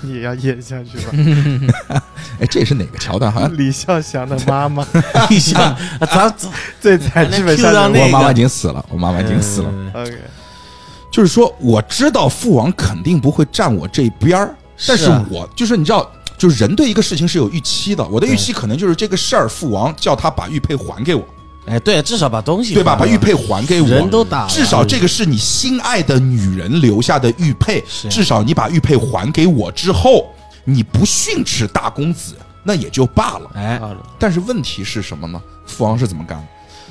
你也要咽下去吧？
哎，这是哪个桥段？好像
嗯
李孝祥的妈妈
哎
一下，啊咱
最惨，基本
Q 到
上
那
我
个
妈妈已经死了，我妈妈已经死了。
嗯
OK，
就是说，我知道父王肯定不会站我这边儿，但
是
是
啊
我就是你知道，就是人对一个事情是有预期的。我的预期可能就是这个事儿，父王叫他把玉佩还给我，
哎，对，至少把东西
对吧？
还
把
了
玉佩还给我，
人都打了，
至少这个是你心爱的女人留下的玉佩，
是啊
至少你把玉佩还给我之后，你不训斥大公子，那也就罢了。
哎，
但是问题是什么呢？父王是怎么干的？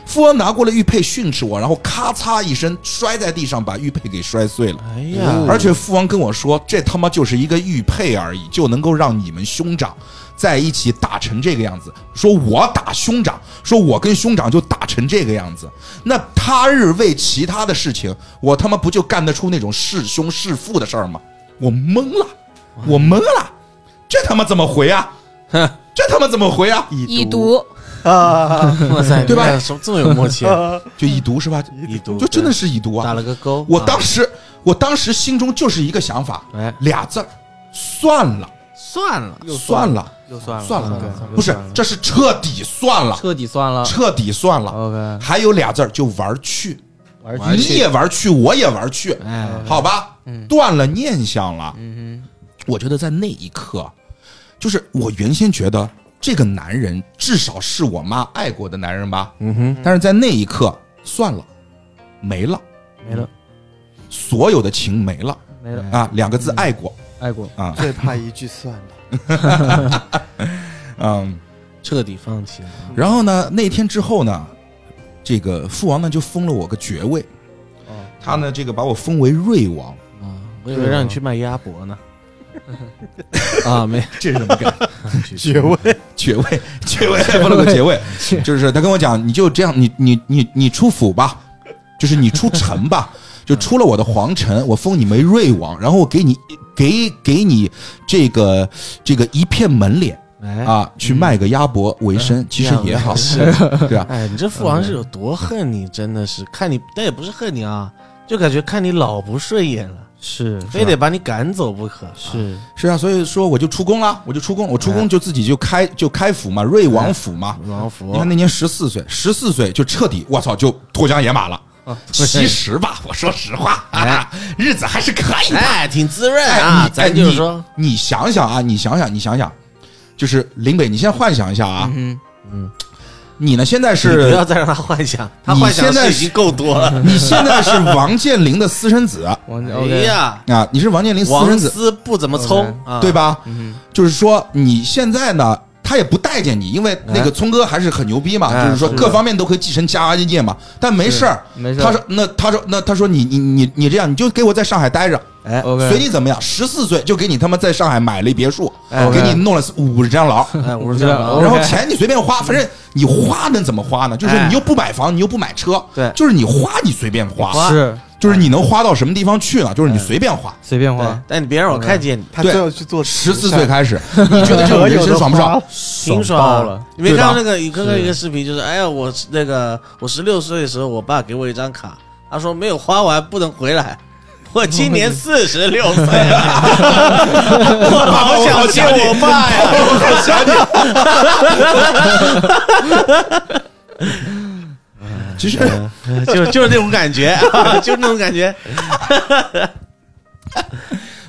父王拿过了玉佩训斥我，然后咔嚓一声摔在地上，把玉佩给摔碎了。
哎呀，
而且父王跟我说，这他妈就是一个玉佩而已，就能够让你们兄长在一起打成这个样子。说我打兄长，说我跟兄长就打成这个样子。那他日为其他的事情，我他妈不就干得出那种弑兄弑父的事儿吗？我懵了，我懵了，这他妈怎么回啊？这他妈怎么回啊？
已读，
啊，
哇塞，
对吧
你看什么这么有 默契啊？
就已读是吧？
已读
就真的是已读啊！
打了个勾，
我
啊
当时，我当时心中就是一个想法，
哎
俩字儿，算了，
算了，
算了。
又算了，
算了，
嗯
不是，这是彻底算了，
彻底算了。
彻底算了。
OK，
还有俩字儿，就玩去，
玩
玩
你
去
也玩去，我也玩去，
哎，
好吧？断了念想了。
嗯
我觉得在那一刻，就是我原先觉得这个男人至少是我妈爱过的男人吧，
嗯哼，
但是在那一刻，算了，没了，嗯
哼，没了，
所有的情没了
没了，嗯
啊，两个字爱过，
爱过。
最怕一句算了。
嗯。
彻底放弃了，
然后呢，那天之后呢，这个父王呢就封了我个爵位，
哦
他呢这个把我封为瑞王，
啊，我以为让你去卖鸭脖呢，啊，没
这是什么梗？
爵位，
爵位， 爵位，封了个爵位，就是他跟我讲，你就这样，你你你你出府吧，就是你出城吧，就出了我的皇城，我封你为瑞王，然后我给你给给你这个这个一片门脸。
哎
啊，去卖个鸭脖为生，其实也好，
是，
对啊，
哎，你这父王是有多恨你，真的是看你，但也不是恨你啊，就感觉看你老不顺眼了，
是
非得把你赶走不可。
是
是啊，所以说我就出宫了，我就出宫，我出宫就自己就开就开府嘛，瑞王府嘛。
王福
你看那年十四岁，十四岁就彻底，我操，就脱缰野马了。其实吧，我说实话，
啊
啊
哎
日子还是可以的。
哎，挺滋润
哎
啊，
你
咱就是说，
哎你，你想想啊，你想想，你想想，就是林北，你现在幻想一下啊，嗯你呢？现在
你不要
是
再让他幻想，他
你
幻想
现在
的事已经够多了。
你现在是王健林的私生子啊，
王
哎
OK
呀，
你是王健林私
王
生子，
思不怎么聪啊，
对？吧？就是说你现在呢，他也不待见你，因为那个聪哥还是很牛逼嘛，
哎
就是说
是
各方面都可以继承家业嘛。但没事儿，
没事儿
他说那他说那他说你你你你这样，你就给我在上海待着。
哎，
OK
随你怎么样，十四岁就给你他妈在上海买了一别墅，
哎
给你弄了五十张牢，
哎，我
我
知
知
道
道，
然后
OK
钱你随便花，反正你花能怎么花呢？就是
哎
你又不买房，你又不买车，
对
就是你花你随便
花
花，
是
就是你能花到什么地方去呢？就是你随便花。
随便
对
花，
哎但你别让我看见你，
他
对
最后去做
十
慈
四
善
岁 开始，你觉得这种人生爽不爽？
挺爽
爆了。
你没
对吧
看到那个？你看到一个视频，就是哎呀，我那个我十六岁的时候，我爸给我一张卡，他说没有花完不能回来。我今年四十六岁了， 我好想见我爸呀！
我好想你。其实，
嗯就就是那种感觉，啊就那种感觉。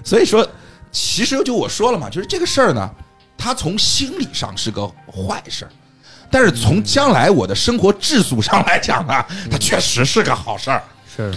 所以说，其实就我说了嘛，就是这个事儿呢，它从心理上是个坏事儿，但是从将来我的生活质素上来讲啊，
嗯
它确实是个好事儿。
是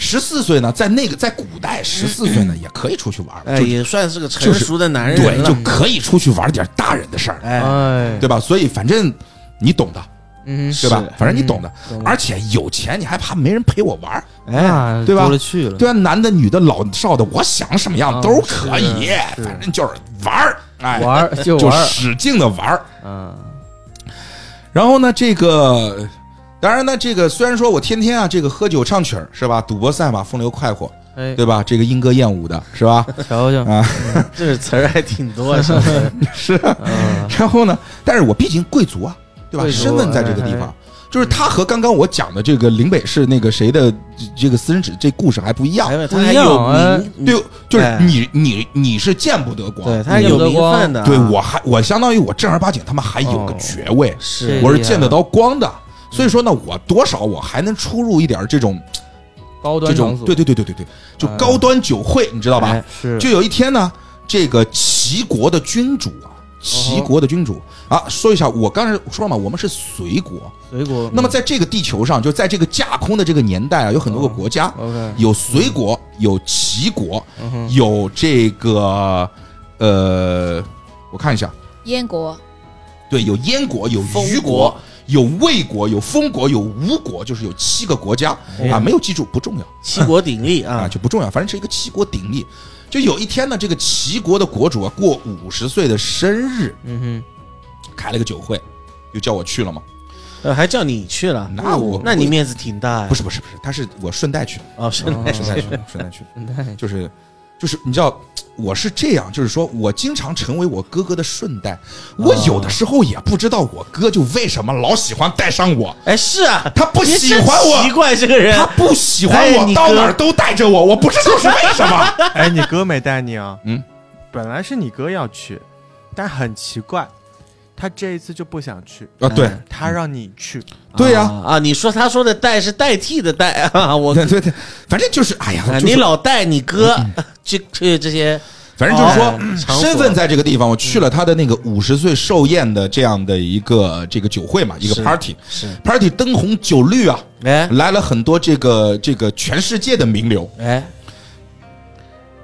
十四岁呢，在那个在古代，十四岁呢也可以出去玩儿，
哎，
就
也算是个成熟的男人
对，
了。
就可以出去玩儿点儿大人的事儿，
哎，
哎，
对吧？所以反正你懂的，
嗯
对吧
是？
反正你懂的，而且有钱你还怕没人陪我玩儿，
哎，
对吧
多了去了，
对啊，男的、女的、老少的，我想什么样
嗯
都可以，
是
反正就是玩儿，哎，
玩儿就
就
玩儿，
使劲的玩儿。
嗯，
然后呢，这个当然呢，这个虽然说我天天啊，这个喝酒唱曲儿是吧？赌博赛马，风流快活，
哎，
对吧？这个莺歌燕舞的是吧？
瞧瞧，
这个词儿还挺多，是不 是？
是啊。
嗯，
然后呢，但是我毕竟贵族啊，对吧？
贵族哎嗯
身份在这个地方。就是他和刚刚我讲的这个林北是那个谁的这个私人子这故事还不一样，啊
哎，他
不
还
一样
有
哎
名，
对，就是
哎
你你你是见不得光，
对，他还有名分的啊。
对我还我相当于我正儿八经他妈还有个爵
哦
位，
是
这
我是
厉害
见得
了
到光的。所以说呢，我多少我还能出入一点这种
高
这
端场
种，
所，
对对对对对对，就高端酒会，你知道吧
哎？是
就有一天呢，这个齐国的君主啊，齐国的君主
哦
啊，说一下，我刚才说了嘛，我们是隋国。
水果，嗯
那么在这个地球上，就在这个架空的这个年代啊，有很多个国家，
OK，
有隋国，有齐国，
哦嗯哼，
有这个呃，我看一下，
燕国
对，有燕国，有
封
虞国
国，
有魏国，有封国，有吴国，就是有七个国家啊，没有记住不重要
七国鼎立 啊
啊，，就不重要，反正是一个七国鼎立。就有一天呢，这个齐国的国主啊过五十岁的生日，
嗯
开了个酒会，就叫我去了嘛。
呃，还叫你去了，
那我
那你面子挺大呀。
不是不是不是，他是我顺带去的，
哦，是那
顺带去的，哎顺带去的，
哼，那
就是就是你知道。我是这样，就是说我经常成为我哥哥的顺带，我有的时候也不知道我哥就为什么老喜欢带上我，
哎，是啊，
他不
你
喜
真
欢我
奇怪这个 人
他，不喜欢
哎
我，
你
到
哥
哪儿都带着我，我不知道是为什 么。
哎，你哥没带你啊？
嗯，
本来是你哥要去，但很奇怪，他这一次就不想去，嗯
啊，对，
他让你去。
对呀
啊啊！你说他说的代是代替的代啊，我
对对对，反正就是，哎呀，
啊
就是嗯
你老带你哥去去 这些，
反正就是
哎
说，嗯
场所
身份在这个地方，我去了他的那个五十岁寿宴的这样的一个这个酒会嘛，一个
是
party，
是
party 灯红酒绿啊，
哎
来了很多这个这个全世界的名流。
哎，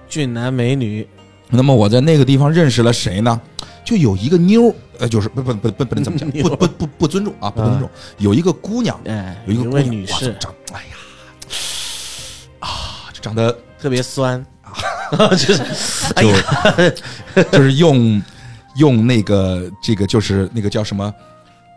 俊男美女
那么我在那个地方认识了谁呢？就有一个妞儿，呃，就是不不不不不能这 么讲，
妞
不不不不尊重啊，不尊重。有一个姑娘，
哎，
有一个
一
姑
位
娘，
女
哇
士
长，哎呀，啊，就长得
特别酸，
啊
就是哎
就、
呀，
就是
哎
用用那个这个就是那个叫什么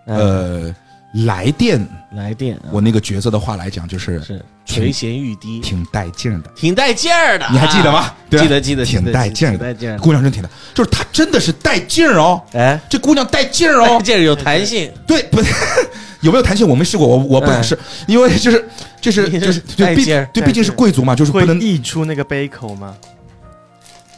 呃 来电，
来电，
我那个角色的话来讲，就是
是
挺
垂涎欲滴，
挺带劲儿的。
挺带劲儿的。
你还记得吗
啊？
对吧
记得记得，记得
挺带劲儿
挺带劲儿
的。
的。
姑娘真挺带，就是她真的是带劲儿哦，
哎，
这姑娘带劲儿
带
哦。
劲儿有弹性，
对，不 有没有弹性我没试过，我我不敢
哎
试，因为就是就是
你这
就是对
带
毕
劲儿
对
带
毕竟是
劲儿
贵族嘛，就是不
会
能
溢出那个杯口吗？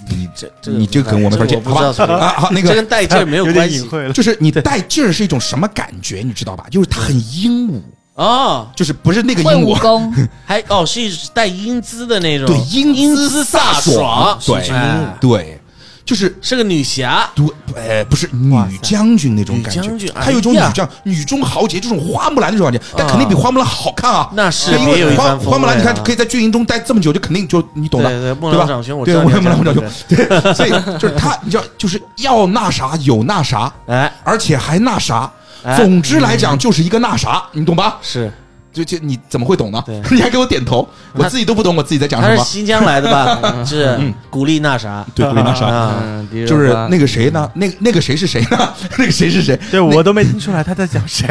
你
这这
你这个梗我没法接，好
这我不知道什
吧？
么
啊，好那
这
个
跟带劲儿没 有
点
关系
隐晦了。
就是你带劲儿是一种什么感觉，你知道吧？就是她很英武，
哦，
就是不是那个
会
英
武
武，
功，
还哦是一带英姿的那种，
对
英
英
姿
飒
爽，
对
是吧
对，就是
是个女侠，
对，呃，不是女将军那种感
女将
觉
军，
她有一种
哎
女
呀
将、女中豪杰这种花木兰这种感觉，但肯定比花木兰好看啊。
那是
因
别有
为
一
花
番风味啊
花木兰，你看可以在军营中待这么久，就肯定就你懂
对
的，
对，孟
对吧
良长兄，我知
对，
道
我也
你要
没弄
讲这
着就
个，
对，所以就是他，你知道，就是要那啥有那啥，
哎，
而且还那啥。
哎
总之来讲，就是一个那啥，你懂吧？
是
就就你怎么会懂呢
对？
你还给我点 头，我
他
自己都不懂我自己在讲
他
什
是
么。
新疆来 的吧？是古力娜啥？
对，不是那啥，
啊，
嗯，
就是那个谁呢？那个那个谁是谁呢？ 那个谁是谁？
对我都没听出来他在讲谁。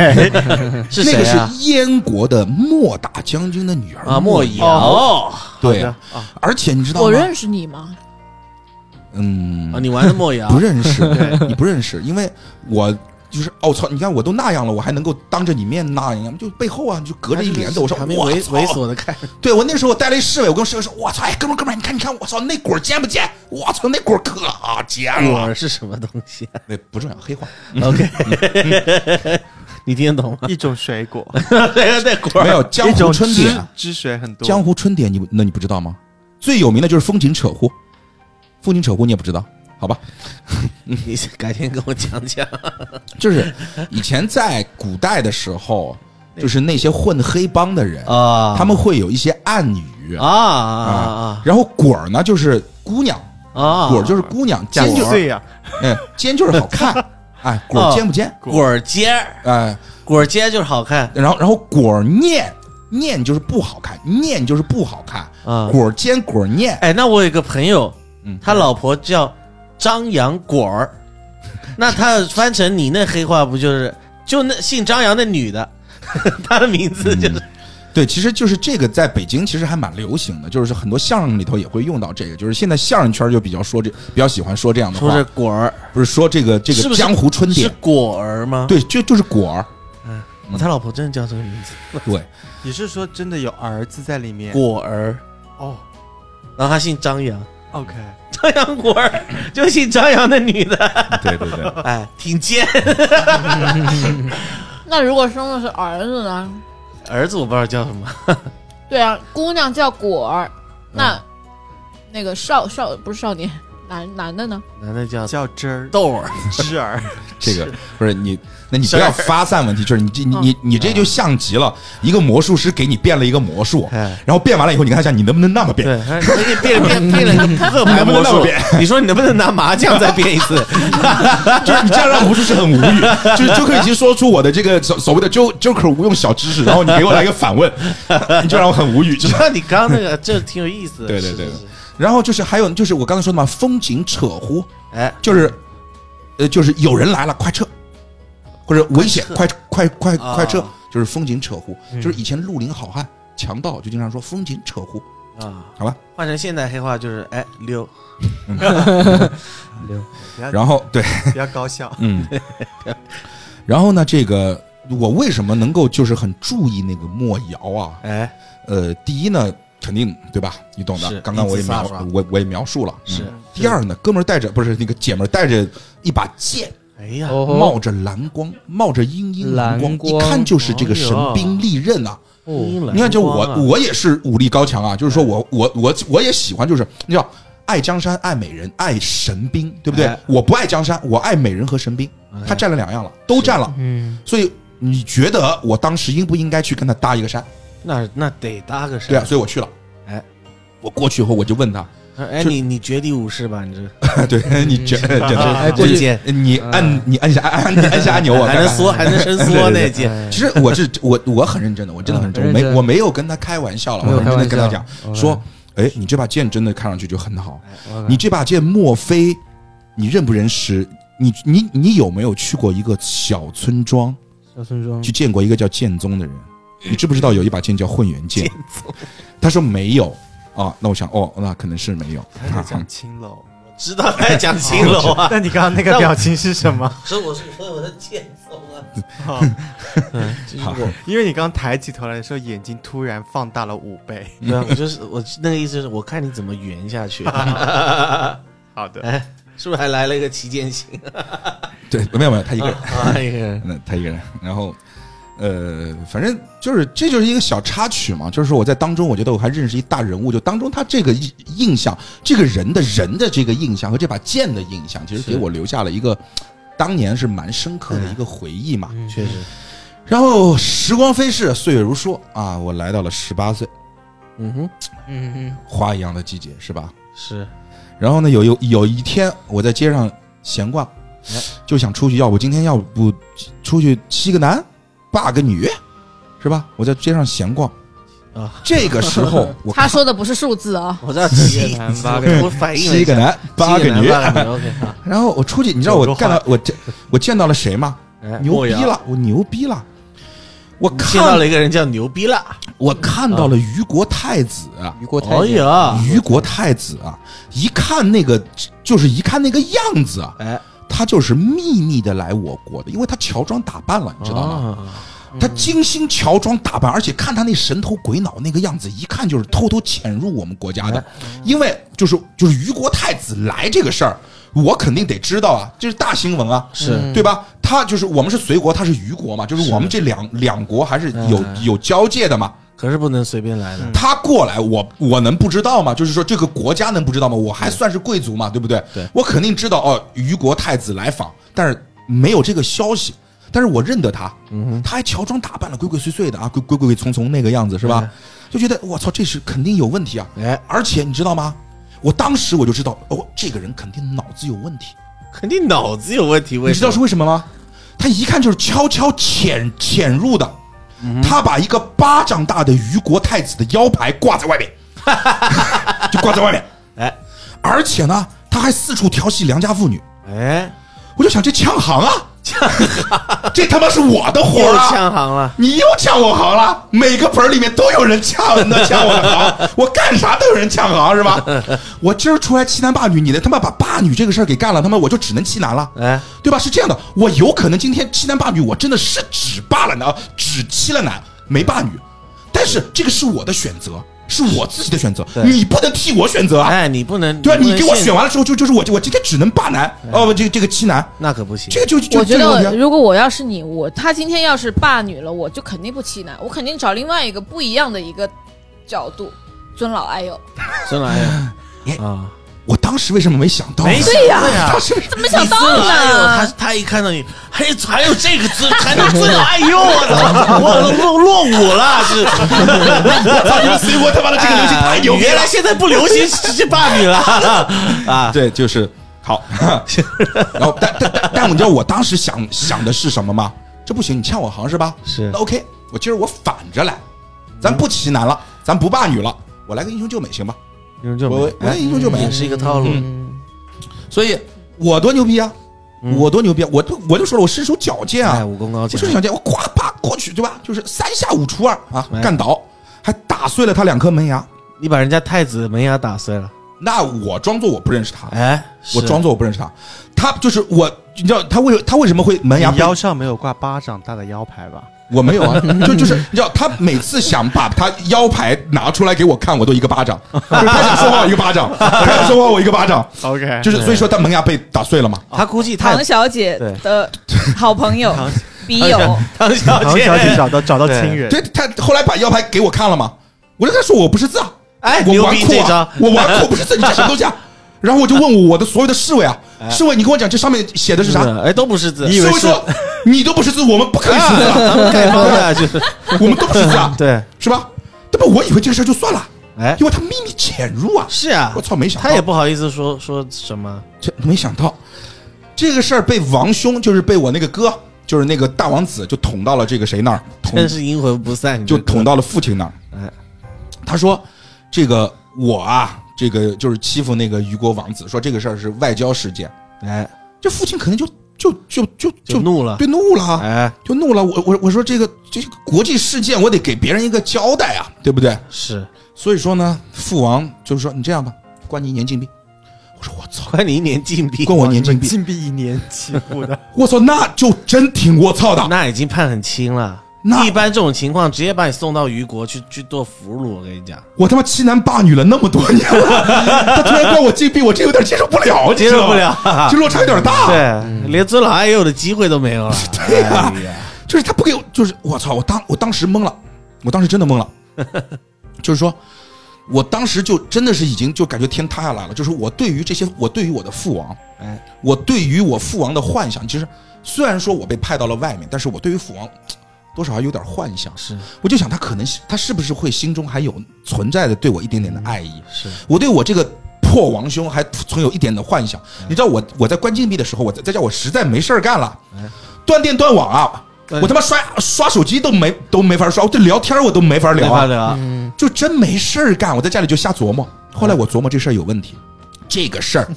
是
那
谁
个
啊？
是燕国的莫大将军的女儿
啊，莫
仪。哦
瑶啊，
对
好，
而且你知道吗？
我认识啊你吗？
嗯，
你玩的莫瑶
不认识，你不认识，因为我就是哦操！你看我都那样了，我还能够当着你面那样，就背后啊，就隔着一帘子，我说
还没
我
猥
操
猥琐的看，
对我那时候我带了一侍卫，我跟侍卫说，我操，哎，哥们儿哥们儿，你看你看，我操，那股儿尖不尖？我操，那股儿可尖了
我，是什么东西啊
那不重要，黑话。
？OK，你听得懂 吗？
一种水果，
哎啊
对对，果
没
然
有江
一
湖
种
春
汁
典，
汁水很多。
江湖春典，你那你不知道吗？最有名的就是风琴扯呼，风琴扯呼你也不知道，好吧？嗯
你改天跟我 讲讲。
就是以前在古代的时候，就是那些混黑帮的人，
啊
他们会有一些暗语
啊啊
然后果儿呢就是姑娘，
啊啊！
果儿就是姑娘，尖就
碎
是
呀，
哎尖就是好 看，哎果
哦
儿尖不尖？
果儿尖儿，
哎，
果儿尖就是好看
然后然后果儿念念就是不好看，念就是不好看，
啊。
果儿尖果儿念，
哎，那我有一个朋友，
嗯，
他老婆叫张扬果儿，那他翻成你那黑话不就是就那姓张扬那女的， 她的名字就是
对，其实就是这个，在北京其实还蛮流行的，就是很多相声里头也会用到这个，就是现在相声圈就比较说这，比较喜欢说这样的
说
话
是，果儿，
不是说这个这
是
个
不是
江湖春
是
典，
果儿吗？
对，就就是果儿，
哦，他老婆真的叫这个名字，
对，
你是说真的有儿子在里面？
果儿，
哦
然后他姓张扬，
，OK，
张扬果儿 就姓张扬那女的，
对对 对，
哎，挺尖。
那如果生的是儿子呢？
儿子我不知道叫什么，
对啊，姑娘叫果儿，
嗯
那、那个少少不是少年， 男男的呢？
男的叫
叫汁 儿
豆儿，
汁儿，
这个不是你，那你不要发散问题，就是你这你你你
啊
这就像极了一个魔术师给你变了一个魔术，
哎，
然后变完了以后，你看一下你能不能那么 变，
对，他他给变变变了一 个特牌魔术，你说你能不能拿
啊
麻将再变一次？
就是你这样让魔术师很无语，就是就可以已经说出我的这个所所谓的 jo joker 无用小知识，然后你给我来一个反问， 你就让我很无语， 就是
主要你刚那个这挺有意思的，
对对
是
对
是是
然后就是还有就是我刚才说的嘛，风景扯呼，
哎，
就是呃就是有人来了，快撤，或者危险，快快
快
快
啊
快撤，就是风景扯呼，就是以前绿林好汉、强盗就经常说风景扯呼，
啊，
好吧？
换成现代黑话就是哎
嗯
溜，呃
然后对，
比较搞笑。
嗯，然后呢，这个我为什么能够就是很注意那个莫瑶啊？
哎
呃，第一呢，肯定对吧？你懂的
是，
刚刚我也
一字飒
描
爽
我我也描述了，
是
嗯。第二呢，哥们儿带着不是那个姐们儿带着一把剑，
哎呀，
哦吼
冒着蓝光，冒着阴阴蓝光，
蓝光
一看就是这个神兵利刃啊！
哦
你看，就我、
蓝光啊
我也是武力高强啊，就是说我我我我也喜欢，就是你知道，爱江山爱美人爱神兵，对不对？
哎
我不爱江山，我爱美人和神兵，他占了两样了，都占了，
嗯，
所以。你觉得我当时应不应该去跟他搭一个山？
那那得搭个
对啊，
啥？
所以我去了。
哎，
我过去以后我就问他，
哎，
就
你你绝地武士吧，你 这
对你觉
嗯
得
哎
棍
对
剑
你按你按下按你按下按钮，我
还
看
能
看
缩还能伸缩那剑，
哎
其实我是我我很认真的，我真的很认真，我
嗯很认真
没我没有跟他开玩笑了，
没
我
有
很
开
认真
玩
地
笑
跟他讲
嗯哎
说，哎，你这把剑真的看上去就很好，
我看
你这把剑莫非你认不认识？你你你有没有去过一个小村庄？
小村庄
去见过一个叫剑宗的 人，你知不知道有一把剑叫混元剑？他说没有啊，那我想哦，那可能是没有。
他在讲青楼。
知道他在讲青 楼啊，
那你刚刚那个表情是什 么？
所以我是说我的剑宗啊，
哦
就是
好
我，
因为你刚抬起头来的时候，眼睛突然放大了五倍。
对啊，我就是我那个意思就是我看你怎么圆 下去，
好的，
哎，是不是还来了一个旗舰型？
对，没有没有，他一个人，
啊，一个人，
那他一个人，然后。呃，反正就是这就是一个小插曲嘛，就是我在当中，我觉得我还认识一大人物，就当中他这个印印象，这个人的人的这个印象和这把剑的印象，其实给我留下了一个当年是蛮深刻的一个回忆嘛。
确实，
然后时光飞逝，岁月如梭啊，我来到了十八岁，
嗯哼，
嗯嗯
花一样的季节是吧？
是
然后呢，有有有一天我在街上闲逛，
哎
就想出去，要不今天要不出去七个男八个女，是吧？我在街上闲逛，
啊，
这个时 候我
他
看
说的不是数字啊，
我知道七
个男八个女
我反应了
七
一
个
下，
男八个
七
女，
男八个女，OK，好
然后我出去，你知道我看到我见我见到了谁吗？
哎
牛
莫
逼
言
了，我牛逼了，我
你见到
看
了一个人叫牛逼了，
我看到了于国太子啊。
嗯，雨过
哎
太监，
呀，
于国太子啊，一看那个，就是一看那个样子啊，
哎，
他就是秘密的来我国的，因为他乔装打扮了，你知道吗？
吗？
他精心乔装打扮，而且看他那神头鬼脑那个样子，一看就是偷偷潜入我们国家的。
哎
因为就是就是于国太子来这个事儿，我肯定得知道啊，这是大新闻啊，
是
对吧？他就是我们是隋国，他是虞国嘛，就是我们这两两国还是有
嗯
有交界的嘛。
可是不能随便来的，
他过来，我我能不知道吗？就是说这个国家能不知道吗？我还算是贵族嘛，对不对？
对
我肯定知道哦，虞国太子来访，但是没有这个消息。但是我认得他，他还乔装打扮了，鬼鬼祟祟的啊，鬼鬼鬼鬼祟祟那个样子是吧？就觉得我操，这是肯定有问题啊！
哎，
而且你知道吗？我当时我就知道，哦，这个人肯定脑子有问题。
肯定脑子有问题，为
你知
什
道
么
是为什么吗？他一看就是悄悄潜潜入的，他把一个巴掌大的虞国太子的腰牌挂在外 面，就挂在外面，
哎
而且呢，他还四处调戏良家妇女。
哎，
我就想这抢行啊，这他妈是我的活
又
儿啊！
呛行了，
你又抢我行了，每个本儿里面都有人抢的，抢我的 行，我干啥都有人抢行是吧？我今儿出来欺男霸女，你的他妈把霸女这个事儿给干了，他妈我就只能欺男了，
哎
对吧？是这样的，我有可能今天欺男霸女，我真的是只霸了男，只欺了男，没霸女，但是这个是我的选择，是我自己的选择，你不能替我选择啊，
哎，你不能，
对吧？
不
你
能
给我
限
选，完了之后，就就是我我今天只能霸男，哦不，这个这个欺男，
那可不行
这。个就就
我觉
这个问
得
题啊
如果我要是你，我他今天要是霸女了，我就肯定不欺男，我肯定找另外一个不一样的一个角度。尊老爱幼，
孙老
哎
爷啊，
我当时为什么没想到呢？
没想
对呀、
当时为什么
怎么想到
孙
啊
老
哎
爷，他
呢？
他一看到你，还还有这个 字，还能尊老爱幼，我操，我落落伍了，是。哎
操！你们随我他妈的这个流行太牛逼
原
了
来！现在不流行这这霸女了 啊！
对，就是好。然后，但但但但，你知道我当时想想的是什么吗？这不行，你欠我行是吧？
是
那 OK，我今儿我反着来，咱不欺男了，咱不霸女了，我来个英雄救美行吧？
英雄救哎
我我来英雄救美
也，是一个套路，
嗯所以我多牛逼啊！我多牛逼啊！我都我就说了，我身手矫健啊
嗯哎，！武功高
我
强
身手矫健，我咵啪过去，对吧？就是三下五除二啊，
哎
干倒，还打碎了他两颗门牙。
你把人家太子门牙打碎了，
那我装作我不认识他，
哎，
我装作我不认识他，他就是我，你知道他为他为什么会门牙
你
被？
腰上没有挂巴掌大的腰牌吧？
我没有啊，就就是你知道他每次想把他腰牌拿出来给我看，我都一个巴掌，就是他想说话我一个巴掌，他想说话我一个巴掌，
OK，
就是所以说他门牙被打碎了嘛。
他估计太
唐小姐 的好朋友、笔
哎
友，
哎唐小
唐
姐，
小姐找到找到亲人，
对，他后来把腰牌给我看了嘛，我就跟他说我不是字啊，
哎
我
牛
纨
逼
绔
这
啊
招，
我纨绔不是字，你讲什么东 西啊？然后我就问我的所有的侍卫啊，侍卫你跟我讲这上面写的是啥？
哎，都不识字，
侍卫 说你都不识字，我们不可以识字啊，
咱们 丐帮的就是。
我们都不识字啊
对，
是吧？那么我以为这个事儿就算了，
哎，
因为他秘密潜入啊，
是啊，
我操没想到
他也不好意思说说什么，
这没想到这个事儿被王兄，就是被我那个哥，就是那个大王子，就捅到了这个谁那儿，捅
真是阴魂不散，你
就
这
捅到了父亲那儿。
哎，
他说这个我啊，这个就是欺负那个虞国王子，说这个事儿是外交事件，
哎，
这父亲肯定就就就就
就
就
怒了，
对怒了啊，
哎，
就怒了。我我我说这个这个国际事件，我得给别人一个交代啊，对不对？
是
所以说呢，父王就是说你这样吧，关你一年禁闭。我说我操，
关你一年禁闭，
关我一年
你
禁
们
闭。
禁闭一 年起步的，
我操，那就真挺我操的。
那已经判很轻了。
那
一般这种情况，直接把你送到虞国去去做俘虏。我跟你讲，
我他妈欺男霸女了那么多年 了，他突然关我禁闭，我这有点接受不了，
接受不
你知道
了啊
吗，。 这落差有点大。
对，连尊老爱幼的机会都没有了。
对呀，就是他不给我，就是我操，我当我当时懵了，我当时真的懵了，就是说，我当时就真的是已经就感觉天塌下来了，就是我对于这些，我对于我的父王，
哎，
我对于我父王的幻想，其实虽然说我被派到了外面，但是我对于父王。多少还有点幻想，
是
我就想他可能是他是不是会心中还有存在的对我一点点的爱意，
嗯是，
我对我这个破王兄还存有一点的幻想。
嗯
你知道我我在关禁闭的时候，我在在家我实在没事儿干了，断电断网啊，
嗯对
我他妈刷刷手机都没都没法刷，我这聊天我都没法
没
聊
法
啊，
聊。
就真没事儿干。我在家里就瞎琢磨，后来我琢磨这事儿有问题，这个 事儿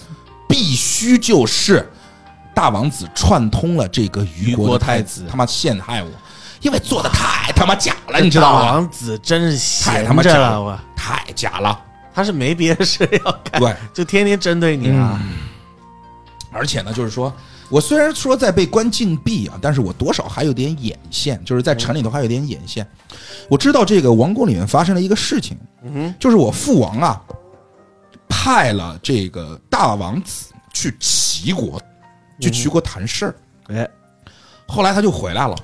必须就是大王子串通了这个虞
虞
国
国
的
太
太
子
子，他妈陷害我，因为做的太他妈假 了，你知
大
道吗？
王子真是闲
太他妈
着
假
了，我
太假了，
他是没别的事要干，
对。
就天天针对你啊。
而且呢，就是说我虽然说在被关禁闭啊，但是我多少还有点眼线，就是在城里头还有点眼线。我知道这个王宫里面发生了一个事情，就是我父王啊派了这个大王子去齐国，去齐国谈事儿。
哎，
后来他就回来了，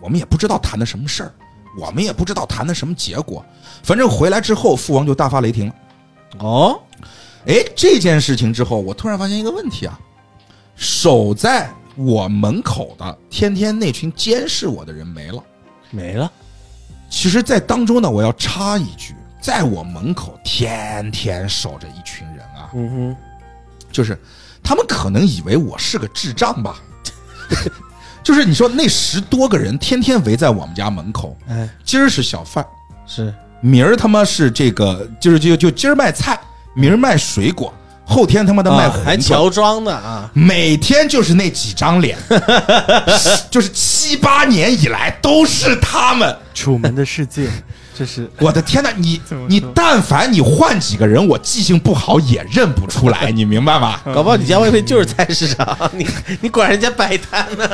我们也不知道谈的什么事儿，我们也不知道谈的什么结果。反正回来之后，父王就大发雷霆了。嗯
哦，
哎，这件事情之后，我突然发现一个问题啊，守在我门口的天天那群监视我的人没了。
没了，
其实，在当中呢，我要插一句，在我门口天天守着一群人啊，
嗯哼，
就是他们可能以为我是个智障吧， 就是你说那十多个人天天围在我们家门口，
哎，
今儿是小贩，
是
明儿他妈是这个，就是就就今儿卖菜，明儿卖水果，后天他妈的卖
啊
馄
还
饨
乔装呢啊，
每天就是那几张 脸，就是七八年以来都是他们。
楚门的世界，这是
我的天哪，你
怎么说
你但凡你换几个人，我记性不好也认不出来，你明白吗？
搞不好你家外面就是菜市场，你 你管人家摆摊 呢。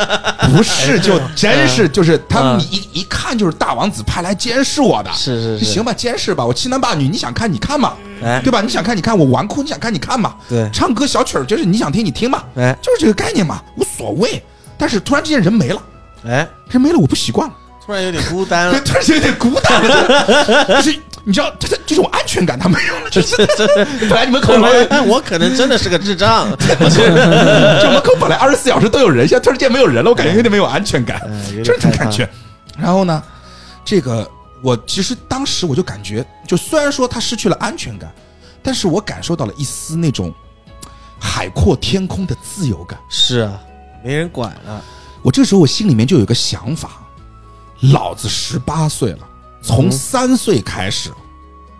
不是，就真是就是他
嗯
们一一看就是大王子派来监视我的。
是是是
行吧，监视吧，我欺男霸女，你想看你看嘛，
哎
对吧？你想看你看，我纨绔你想看你看嘛，
对
唱歌小曲儿就是你想听你听嘛，
哎
就是这个概念嘛，无所谓。但是突然之间人没了，
哎，
人没了，我不习惯了。
突然有点孤单
对，
了，
突然间有点孤单了，就是你知道，这这种安全感他没有了， 就是本来你门口
哎哎我可能真的是个 智障，我是
就门口本来二十四小时都有人，现在突然间没有人了，我感觉有点没有安全感，
哎有点
就是这种
害怕
感觉。然后呢，这个我其实当时我就感觉，就虽然说他失去了安全感，但是我感受到了一丝那种海阔天空的自由感。
是啊，没人管了，
我这时候我心里面就有个想法，老子十八岁了，
嗯
从三岁开始，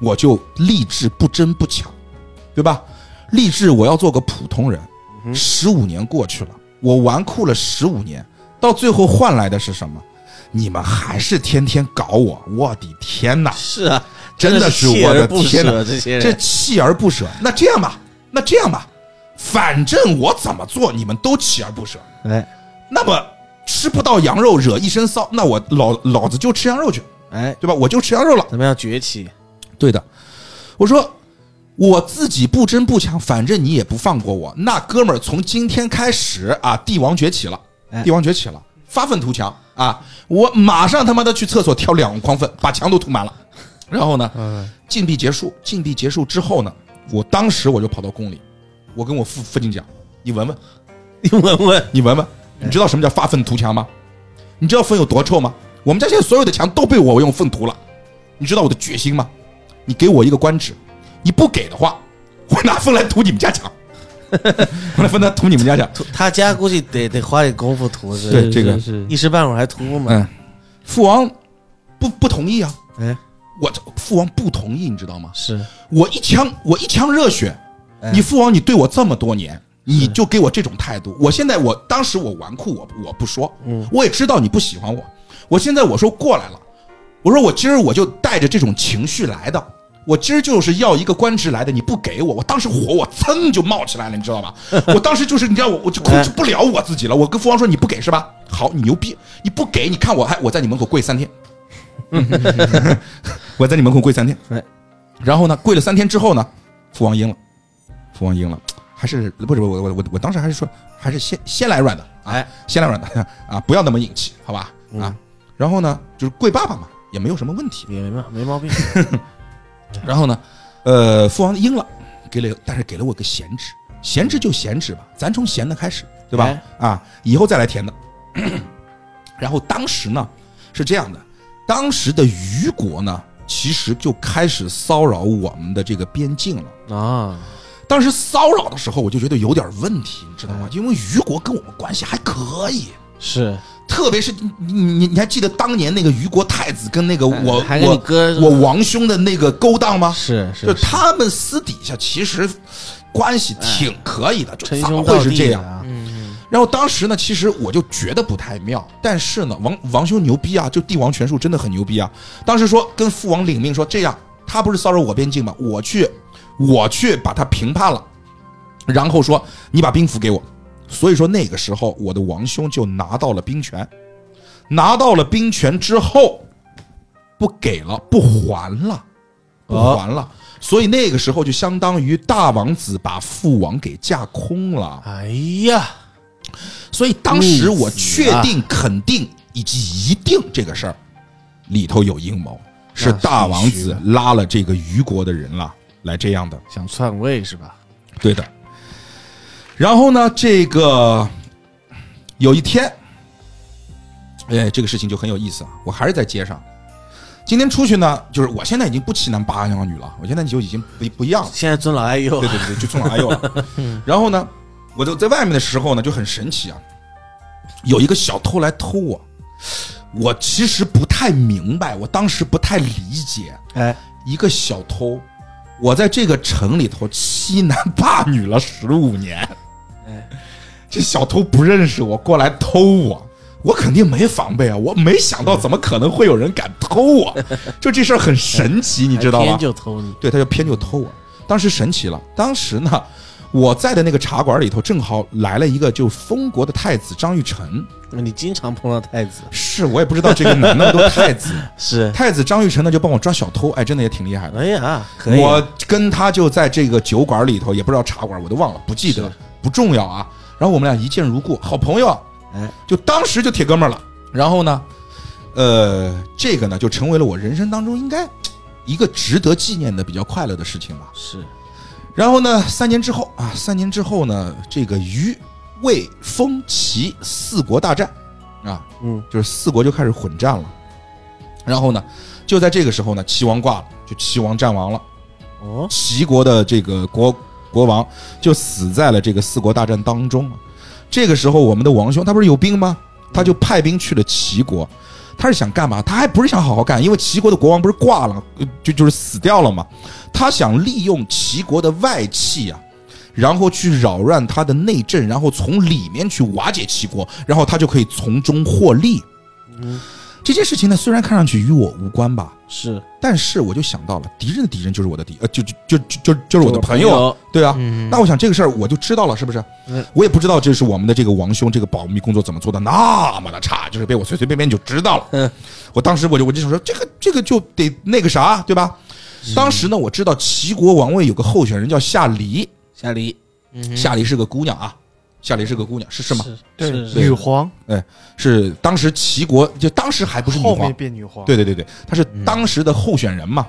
我就立志不争不抢，对吧？立志我要做个普通人。
嗯
十五年过去了，我纨绔了十五年，到最后换来的是什么？你们还是天天搞我，我的天哪！
是啊，
真的
的
是
锲
我的
而不
天哪
舍，这些
这
人
锲而不舍。那这样吧，那这样吧，反正我怎么做，你们都锲而不舍。
哎
那么吃不到羊肉惹一身骚，那我老老子就吃羊肉去，
哎，
对吧？我就吃羊肉了。
咱们要崛起，
对的，我说我自己不争不抢，反正你也不放过我。那哥们儿，从今天开始啊，帝王崛起了，帝王崛起了，发愤图强啊！我马上他妈的去厕所挑两筐粪，把墙都涂满了。然后呢，禁闭结束，禁闭结束之后呢，我当时我就跑到宫里，我跟我父父亲讲，你闻闻，
你闻闻，
你闻闻，你知道什么叫发愤图强吗？你知道粪有多臭吗？我们家现在所有的墙都被我用粪涂了，你知道我的决心吗？你给我一个官职，你不给的话，我拿粪来涂你们家墙， 我拿粪来涂你们家墙。
他家估计得得花点功夫涂，是
对这个
是
一时半会儿还涂不满。
嗯，父王不不同意啊，
哎，
我父王不同意，你知道吗？
是哎
我一腔我一腔热血，你父王你对我这么多年，你就给我这种态度。我现在我当时我纨绔，我我不说，
嗯
我也知道你不喜欢我。我现在我说过来了，我说我今儿我就带着这种情绪来的，我今儿就是要一个官职来的，你不给我，我当时火我噌就冒起来了，你知 道吧？我当时就是你知道我我就控
哎
制不了我自己了，我跟父王说你不给是吧？好，你牛逼，你不给，你看我还我在你门口跪三 天，我在你门口跪三天
哎，
然后呢，跪了三天之后呢，父王应了，父王应了，还是不是我我我我当时还是说还是先先来软的，
哎，嗯
先来软的 啊，不要那么硬气，好吧？啊，然后呢，就是跪爸爸嘛，也没有什么问题。
也没毛没 毛病，
然后呢，呃，父王应了，给了，但是给了我个闲职，闲职就闲职吧，咱从闲的开始，对吧？啊，以后再来甜的。 然后当时呢是这样的，当时的虞国呢，其实就开始骚扰我们的这个边境了。
啊，
当时骚扰的时候，我就觉得有点问题，你知道吗？因为虞国跟我们关系还可以，
是
特别是你你你你还记得当年那个虞国太子跟那个
哎
我
还跟你
我
哥
我王兄的那个勾当吗？
是是
就，他们私底下其实关系挺可以的，就
哎称
咋
兄
会
道
是
弟
这
的
样？
啊，
然后当时呢，其实我就觉得不太妙，但是呢，王王兄牛逼啊，就帝王权术真的很牛逼啊。当时说跟父王领命说这样，他不是骚扰我边境吗？我去，我去把他平叛了，然后说你把兵符给我。所以说那个时候，我的王兄就拿到了兵权，拿到了兵权之后，不给了，不还了，不还了。所以那个时候就相当于大王子把父王给架空了。
哎呀，
所以当时我确定、肯定以及一定这个事儿里头有阴谋，是大王子拉了这个虞国的人了，来这样的。
想篡位是吧？
对的。然后呢，这个有一天，哎，这个事情就很有意思啊。我还是在街上，今天出去呢，就是我现在已经不欺男霸男女了，我现在就已经不不一样了。
现在尊老爱幼啊
对，对对，就冲老阿佑了。然后呢，我就在外面的时候呢，就很神奇啊，有一个小偷来偷我。我其实不太明白，我当时不太理解，
哎，
一个小偷，我在这个城里头欺男霸女了十五年，这小偷不认识我，过来偷我。我肯定没防备啊！我没想到，怎么可能会有人敢偷我？就这事儿很神奇，你
你
知道吗？
就偷你，
对，他就偏就偷我。当时神奇了，当时呢，我在的那个茶馆里头，正好来了一个就封国的太子张玉成，
你经常碰到太子，
是我也不知道这个男的都太子，
是，
太子张玉成呢就帮我抓小偷，哎，真的也挺厉害的。
哎呀，可以，
我跟他就在这个酒馆里头，也不知道茶馆，我都忘了，不记得
是，
不重要啊。然后我们俩一见如故，好朋友啊，
哎，
就当时就铁哥们儿了。然后呢，呃，这个呢就成为了我人生当中应该一个值得纪念的比较快乐的事情吧。
是
然后呢，三年之后啊，三年之后呢，这个虞、魏、风、齐四国大战啊，
嗯，
就是四国就开始混战了。然后呢，就在这个时候呢，齐王挂了，就齐王战亡了，
哦，
齐国的这个国国王就死在了这个四国大战当中了。这个时候，我们的王兄他不是有兵吗？他就派兵去了齐国，他是想干嘛？他还不是想好好干，因为齐国的国王不是挂了，呃就就是死掉了嘛。他想利用齐国的外戚啊，然后去扰乱他的内政，然后从里面去瓦解齐国，然后他就可以从中获利。这件事情呢，虽然看上去与我无关吧，
是
但是我就想到了，敌人的敌人就是我的敌，呃，就就就就就就是我的朋友啊，对啊。那我想这个事儿我就知道了，是不是
嗯？
我也不知道这是我们的这个王兄这个保密工作怎么做的那么的差，就是被我随随便便就知道了
嗯。
我当时我就我就想说，这个这个就得那个啥，对吧？当时呢，我知道齐国王位有个候选人叫夏黎，
夏黎
夏黎是个姑娘啊，夏黎是个姑娘，是是吗？
对，
是
女皇
是当时齐国就当时还不是女
后
皇
面，变女皇，
对对对对，他是当时的候选人嘛。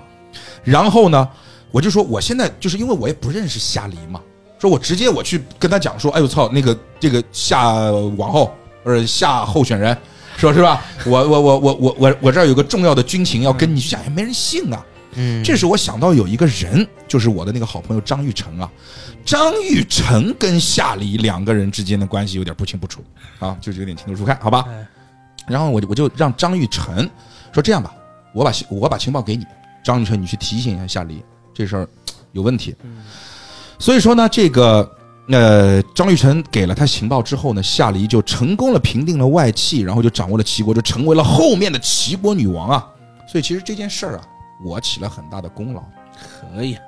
然后呢，我就说我现在就是因为我也不认识夏黎嘛，说我直接我去跟他讲说，哎呦操，那个这个夏王后或者夏候选人，说是吧？我我我我我我我这儿有个重要的军情要跟你去讲，也没人信啊。
嗯，
这时我想到有一个人，就是我的那个好朋友张玉成啊，张玉成跟夏黎两个人之间的关系有点不清不楚啊，就是有点情窦初开，好吧？然后我就我就让张玉成说这样吧，我把信我把情报给你，张玉成你去提醒一下夏黎，这事儿有问题。所以说呢，这个呃，张绿成给了他情报之后呢，夏黎就成功了平定了外戚，然后就掌握了齐国，就成为了后面的齐国女王啊。所以其实这件事儿啊，我起了很大的功劳。
可以，啊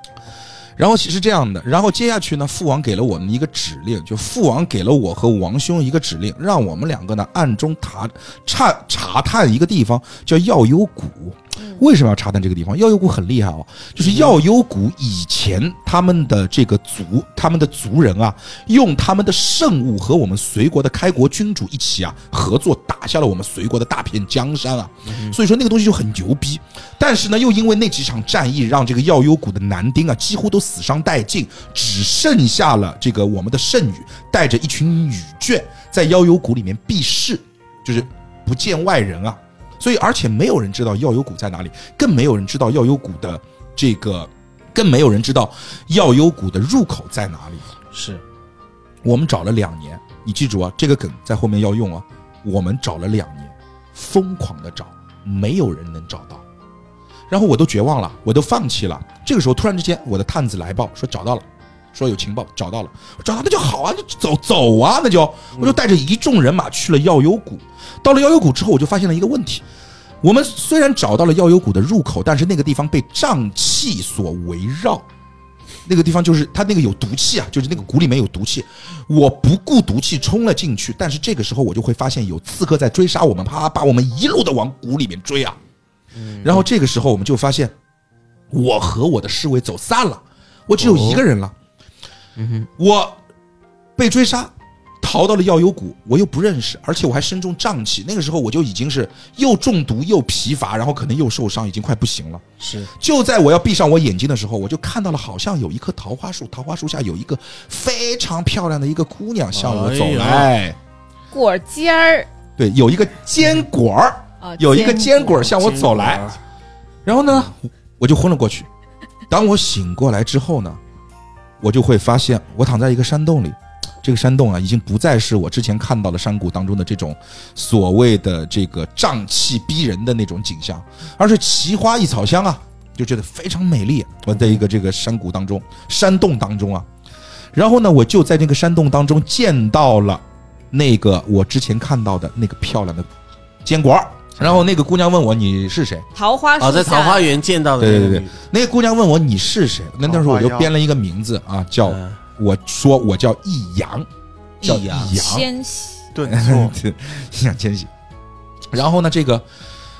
然后是这样的，然后接下去呢，父王给了我们一个指令，就父王给了我和王兄一个指令，让我们两个呢暗中查查查探一个地方，叫药幽谷。为什么要查探这个地方？药幽谷很厉害哦，就是药幽谷以前他们的这个族，他们的族人啊，用他们的圣物和我们隋国的开国君主一起啊合作，打下了我们隋国的大片江山啊。所以说那个东西就很牛逼。但是呢，又因为那几场战役，让这个药幽谷的男丁啊，几乎都死伤殆尽，只剩下了这个我们的圣女带着一群女眷在药幽谷里面避世，就是不见外人啊。所以，而且没有人知道药幽谷在哪里，更没有人知道药幽谷的这个，更没有人知道药幽谷的入口在哪里。
是
我们找了两年，你记住啊，这个梗在后面要用啊。我们找了两年，疯狂的找，没有人能找到。然后我都绝望了，我都放弃了。这个时候突然之间，我的探子来报说找到了，说有情报找到了，我找到那就好啊，那就走走啊，那就我就带着一众人马去了药幽谷。到了药幽谷之后，我就发现了一个问题。我们虽然找到了药幽谷的入口，但是那个地方被瘴气所围绕，那个地方就是它那个有毒气啊，就是那个谷里面有毒气。我不顾毒气冲了进去，但是这个时候我就会发现有刺客在追杀我们，啪把我们一路的往谷里面追啊。然后这个时候我们就发现，我和我的侍卫走散了，我只有一个人了。我被追杀，逃到了药幽谷，我又不认识，而且我还身中瘴气。那个时候我就已经是又中毒又疲乏，然后可能又受伤，已经快不行了。
是，
就在我要闭上我眼睛的时候，我就看到了，好像有一棵桃花树，桃花树下有一个非常漂亮的一个姑娘向我走来。
果儿尖儿
对，有一个坚果儿，
啊，
有一个
尖
坚果儿向我走来。然后呢，我就昏了过去。当我醒过来之后呢，我就会发现我躺在一个山洞里。这个山洞啊，已经不再是我之前看到的山谷当中的这种所谓的这个瘴气逼人的那种景象，而是奇花异草香啊，就觉得非常美丽。我在一个这个山谷当中、山洞当中啊，然后呢，我就在那个山洞当中见到了那个我之前看到的那个漂亮的坚果儿。然后那个姑娘问我你是谁，
桃花树
哦，在桃花源见到的
对
那
对
个
对
女，
那个姑娘问我你是谁，那那时候我就编了一个名字啊，叫
嗯
我说我叫易阳，叫易
易阳
阳，，
千玺，
顿 挫
对易烊千玺。然后呢，这个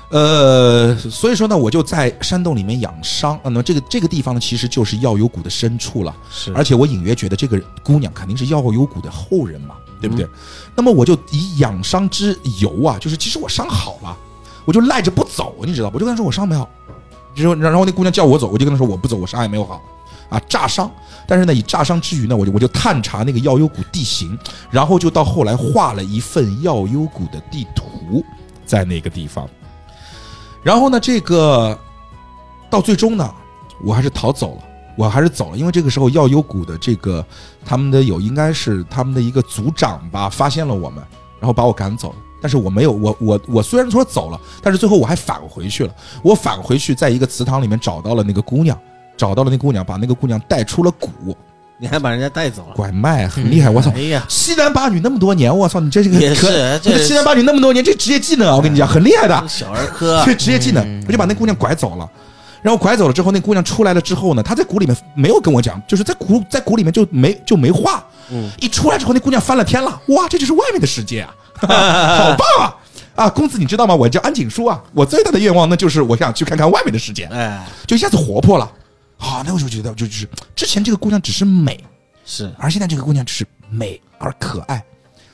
呃，所以说呢，我就在山洞里面养伤。呃那么这个这个地方呢，其实就是药油谷的深处了。
是，
而且我隐约觉得这个姑娘肯定是药油谷的后人嘛，对不对？那么我就以养伤之由啊，就是其实我伤好了，我就赖着不走，你知道吧？我就跟她说我伤没好，之后然后那姑娘叫我走，我就跟她说我不走，我伤还没有好。啊，炸伤！但是呢，以炸伤之余呢，我就我就探查那个药幽谷地形，然后就到后来画了一份药幽谷的地图，在那个地方。然后呢，这个到最终呢，我还是逃走了，我还是走了，因为这个时候药幽谷的这个他们的有应该是他们的一个组长吧，发现了我们，然后把我赶走了。但是我没有，我我我虽然说走了，但是最后我还返回去了。我返回去，在一个祠堂里面找到了那个姑娘，找到了那姑娘，把那个姑娘带出了谷，
你还把人家带走了，
拐卖很厉害，我操！
哎呀，
西南八女那么多年，我操，你这是个
也是
可
这
这西南八女那么多年，这职业技能啊，我跟你讲，很厉害的
这。小儿科啊
这职业技能，我就把那姑娘拐走了。然后拐走了之后，那姑娘出来了之后呢，她在谷里面没有跟我讲，就是在谷在谷里面就没就没话。嗯，一出来之后，那姑娘翻了天了，哇，这就是外面的世界啊， 好棒啊！啊，公子，你知道吗？我叫安景书啊，我最大的愿望那就是我想去看看外面的世界，
哎，
就一下子活泼了。啊，那我就觉得就就是之前这个姑娘只是美，
是
而现在这个姑娘只是美而可爱，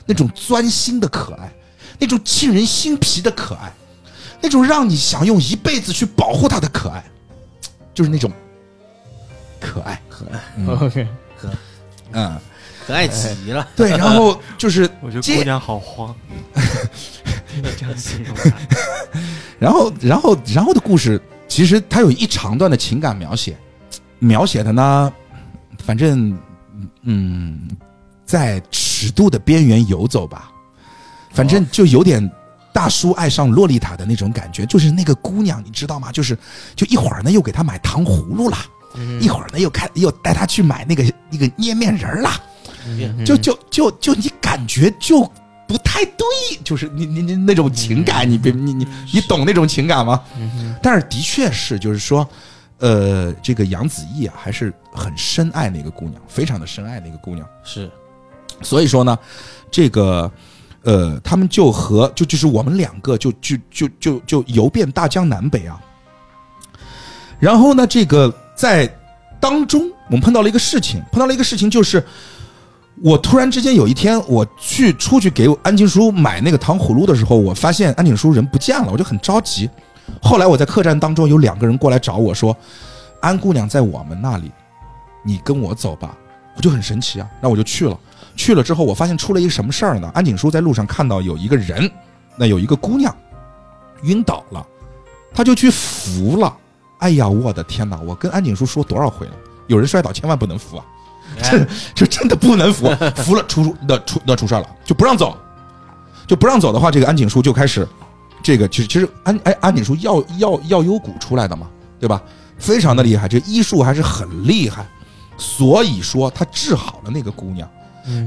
那种钻心的可爱，那种沁人心脾的可爱，那种让你想用一辈子去保护她的可爱，就是那种可爱，
可爱
OK，
嗯，
可爱极了，
对。然后就是
我觉得
接
姑娘好慌，你这样形容她，
然后，然后，然后的故事，其实它有一长段的情感描写，描写的呢，反正，嗯，在尺度的边缘游走吧，反正就有点大叔爱上洛丽塔的那种感觉，就是那个姑娘，你知道吗？就是，就一会儿呢又给她
嗯
买糖葫芦啦，一会儿呢又开又带她去买那个那个捏面人儿啦，
嗯
就就就就你感觉就不太对，就是你你你那种情感，你别你你你懂那种情感吗？但是的确是，就是说，呃，这个杨子毅啊，还是很深爱那个姑娘，非常的深爱那个姑娘。
是
所以说呢，这个呃，他们就和就就是我们两个就就就就就游遍大江南北啊。然后呢，这个在当中我们碰到了一个事情，碰到了一个事情就是。我突然之间有一天，我去出去给安静叔买那个糖葫芦的时候，我发现安静叔人不见了，我就很着急。后来我在客栈当中有两个人过来找我说：“安姑娘在我们那里，你跟我走吧。”我就很神奇啊，那我就去了。去了之后，我发现出了一个什么事儿呢？安景叔在路上看到有一个人，那有一个姑娘晕倒了，他就去扶了。哎呀，我的天哪！我跟安景叔说多少回了，有人摔倒千万不能扶啊！
哎
这 这真的不能扶，扶了出那出那出事儿了，就不让走，就不让走的话，这个安景叔就开始，这个其实其实安哎安景叔药药药幽谷出来的嘛，对吧？非常的厉害，这医术还是很厉害，所以说他治好了那个姑娘。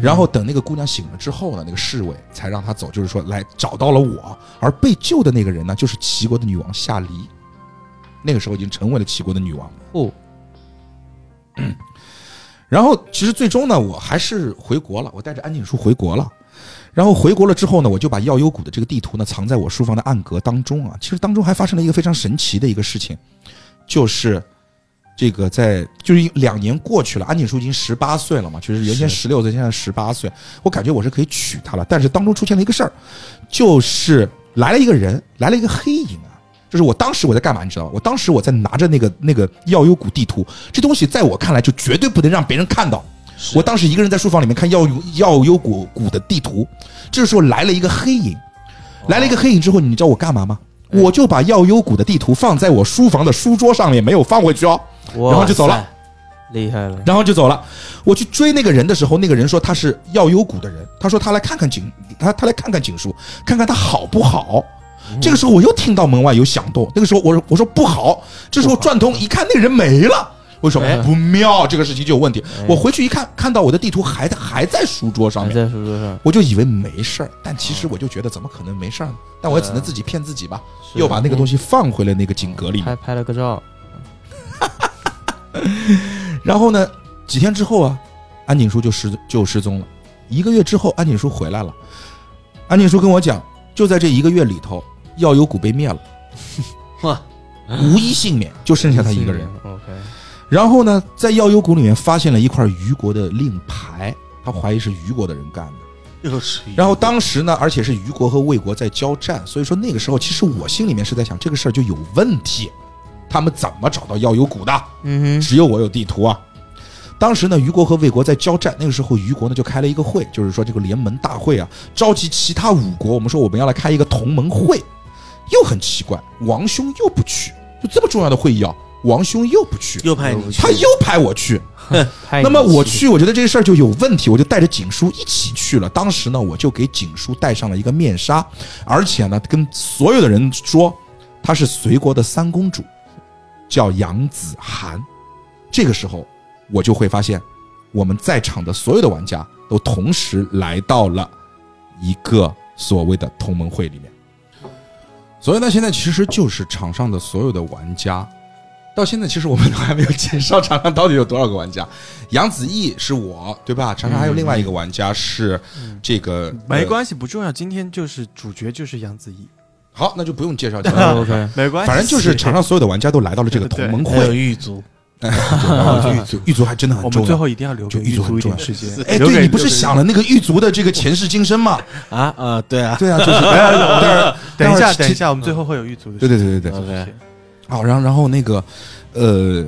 然后等那个姑娘醒了之后呢，那个侍卫才让她走，就是说来找到了我。而被救的那个人呢，就是齐国的女王夏黎，那个时候已经成为了齐国的女王。
哦，
然后其实最终呢，我还是回国了，我带着安静书回国了。然后回国了之后呢，我就把药幽谷的这个地图呢藏在我书房的暗格当中啊。其实当中还发生了一个非常神奇的一个事情，就是这个在就是两年过去了，安静书已经十八岁了嘛，就是原先十六岁，现在十八岁，我感觉我是可以娶她了。但是当中出现了一个事儿，就是来了一个人，来了一个黑影啊。就是我当时我在干嘛，你知道吗？我当时我在拿着那个那个药幽谷地图，这东西在我看来就绝对不能让别人看到。我当时一个人在书房里面看药药幽谷谷的地图，这时候来了一个黑影，来了一个黑影之后，你知道我干嘛吗？我就把药幽谷的地图放在我书房的书桌上面，没有放回去哦，
哇
然后就走了
塞，厉害了，
然后就走了。我去追那个人的时候，那个人说他是药幽谷的人，他说他来看看景，他他来看看景叔，看看他好不好。这个时候我又听到门外有响动，那个时候我说我说不好，这时候转头一看，那个人没了。为什
哎
么不妙？这个事情就有问题。我回去一看，看到我的地图还在还在书桌上
还
面，
在书桌上，
我就以为没事儿，但其实我就觉得怎么可能没事儿呢？但我也只能自己骗自己吧，
是
又把那个东西放回了那个井格里面。
拍拍了个照，
然后呢，几天之后啊，安景叔就失就失踪了。一个月之后，安景叔回来了。安景叔跟我讲，就在这一个月里头，药油谷被灭了，
哇，
无一幸免，就剩下他一个人。
，OK，
然后呢，在药油谷里面发现了一块虞国的令牌，他怀疑是虞国的人干的。
又是一
然后当时呢，而且是虞国和魏国在交战，所以说那个时候，其实我心里面是在想，这个事儿就有问题，他们怎么找到药油谷的？
嗯哼，
只有我有地图啊。当时呢，虞国和魏国在交战，那个时候虞国呢就开了一个会，就是说这个联盟大会啊，召集其他五国，我们说我们要来开一个同盟会，又很奇怪，王兄又不去，就这么重要的会议啊，王兄又不去，
又派你去
他又派我去，
太
那么
牛
我
气
去，我觉得这事儿就有问题，我就带着景叔一起去了。当时呢，我就给景叔戴上了一个面纱，而且呢，跟所有的人说她是隋国的三公主，叫杨子涵。这个时候，我就会发现，我们在场的所有的玩家都同时来到了一个所谓的同盟会里面。所以呢，现在其实就是场上的所有的玩家。到现在，其实我们都还没有介绍场上到底有多少个玩家。 杨子毅是我，对吧？场上还有另外一个玩家是这个，
没
系。
关系，不重要。今天就是主角就是杨子怡，
呃好，那就不用介绍其 他人。
，OK，
没关系，
反正就是场上所有的玩家都来到了这个同盟
还有
会，
狱卒，
然后狱卒，狱卒还真的
哎我
很
们
重
最
要。
后一定要留给
就狱
狱
卒
卒一点
很
时间。
哎，
留给
对你不是想了那个狱卒的这个前世今生吗？
啊啊，对啊，
对啊，就是。 但是
等一
但
下，
是
等一下，我们最后会有狱卒的。
对对对对对，
OK，
嗯好，然后然后那个，呃，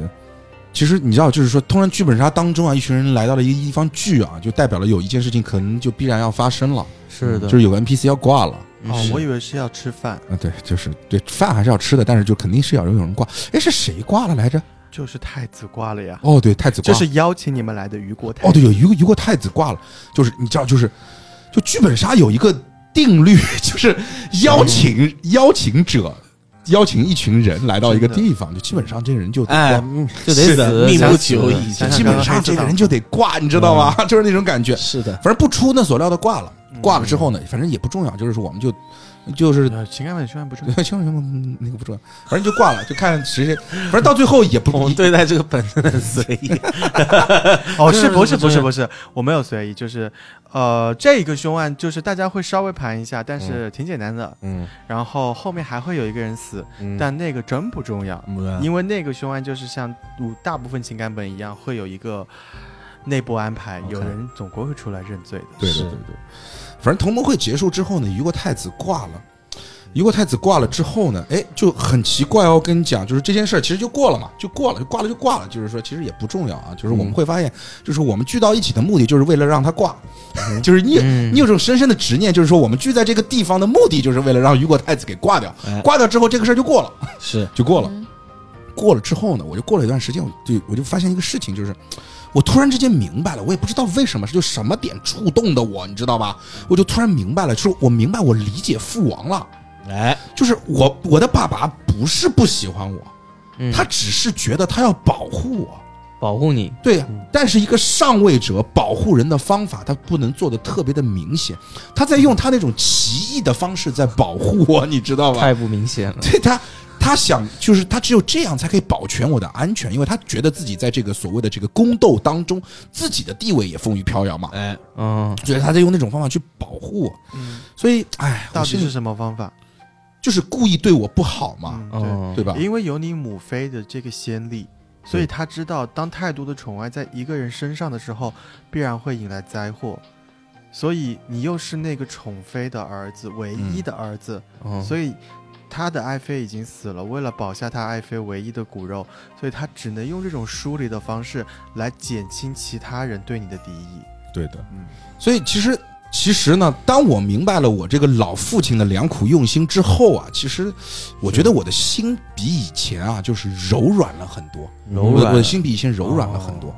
其实你知道，就是说，通常剧本杀当中啊，一群人来到了一个地方聚啊，就代表了有一件事情可能就必然要发生了，
是的，
嗯就是有个 NPC 要挂了。
哦，我以为是要吃饭，
啊，对，就是对，饭还是要吃的，但是就肯定是要有人挂。哎，是谁挂了来着？
就是太子挂了呀。
哦，对，太子挂
这
了。
是邀请你们来的雨果太
哦，对，有一个一个太子挂了，就是你知道，就是 就剧本杀有一个定律，就是邀请、邀请者邀请一群人来到一个
真的
地方，就基本上这个人就得
哎
挂，，
就得
是的
死，
命
想
不
死
久矣，
想
基
想
本上这个人就得挂，你知道吗？ 就是那种感觉。
是的，
反正不出那所料的挂了，挂了之后呢，反正也不重要，就是说我们就就是
呃情感问题千万不重要。
对，清楚清楚，那个不重要，反正就挂了，就看谁谁，反正到最后也
我
不
们哦对待这个本子很随 意。
哦，
对
是
对
不
对
是不是
对
不是，我没有随意，就是呃，这一个凶案就是大家会稍微盘一下，但是挺简单的。
嗯，
然后后面还会有一个人死，
嗯
但那个真不重要，因为那个凶案就是像大部分情感本一样，会有一个内部安排，有人总归会出来认罪的。
对对对对，反正同盟会结束之后呢，于国太子挂了。于国太子挂了之后呢，哎，就很奇怪哦。跟你讲，就是这件事儿其实就过了嘛，就过了，就挂了就挂了，就是说其实也不重要啊。就是我们会发现，就是我们聚到一起的目的，就是为了让他挂，就是你有
嗯
你有种深深的执念，就是说我们聚在这个地方的目的，就是为了让于国太子给挂掉
哎。
挂掉之后，这个事儿就过了，
是
就过了。过了之后呢，我就过了一段时间，我就我就发现一个事情，就是我突然之间明白了，我也不知道为什么，就什么点触动的我，你知道吧？我就突然明白了，就是我明白我理解父王了，
哎，
就是我我的爸爸不是不喜欢我，
嗯
他只是觉得他要保护我。
保护你，
对呀、但是一个上位者保护人的方法，他不能做的特别的明显，他在用他那种奇异的方式在保护我，你知道吧？
太不明显了。
对他，他想就是他只有这样才可以保全我的安全，因为他觉得自己在这个所谓的这个宫斗当中，自己的地位也风雨飘摇嘛，
哎，
嗯，
所以他在用那种方法去保护我。
嗯，
所以，哎，
到
我
底
心
是
里
什么方法？
就是故意对我不好嘛，
嗯，对。
哦，
对吧？
因为有你母妃的这个先例，所以他知道，当太多的宠爱在一个人身上的时候，必然会引来灾祸。所以你又是那个宠妃的儿子，唯
嗯
一的儿子，
哦
所以他的爱妃已经死了。为了保下他爱妃唯一的骨肉，所以他只能用这种疏离的方式来减轻其他人对你的敌意。
对的
嗯，
所以其实其实呢，当我明白了我这个老父亲的良苦用心之后啊，其实我觉得我的心比以前啊，就是柔软了很多，
柔
我的
软哦
我的心比以前柔软了很多。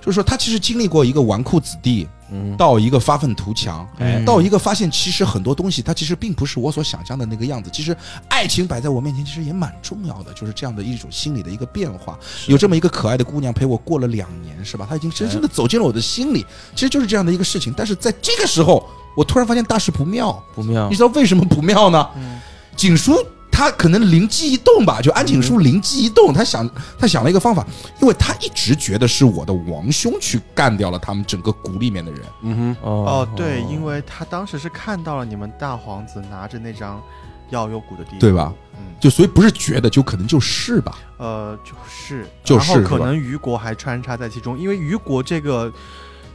就是说，他其实经历过一个纨绔子弟，
嗯，
到一个发愤图强，
哎
到一个发现其实很多东西它其实并不是我所想象的那个样子。其实爱情摆在我面前，其实也蛮重要的，就是这样的一种心理的一个变化。有这么一个可爱的姑娘陪我过了两年，是吧？她已经深深的走进了我的心里，其实就是这样的一个事情。但是在这个时候，我突然发现大事不妙，
不妙
你，知道为什么不妙呢？
嗯
景叔他可能灵机一动吧，就安景叔灵机一动，他想他想了一个方法，因为他一直觉得是我的王兄去干掉了他们整个谷里面的人。
嗯哼，
哦
哦，对，因为他当时是看到了你们大皇子拿着那张药有谷的地图，
对吧？
嗯。
就所以不是觉得，就可能就是吧。
呃，就是，
就是
然
是
后可
吧
能虞国还穿插在其中，因为虞国这个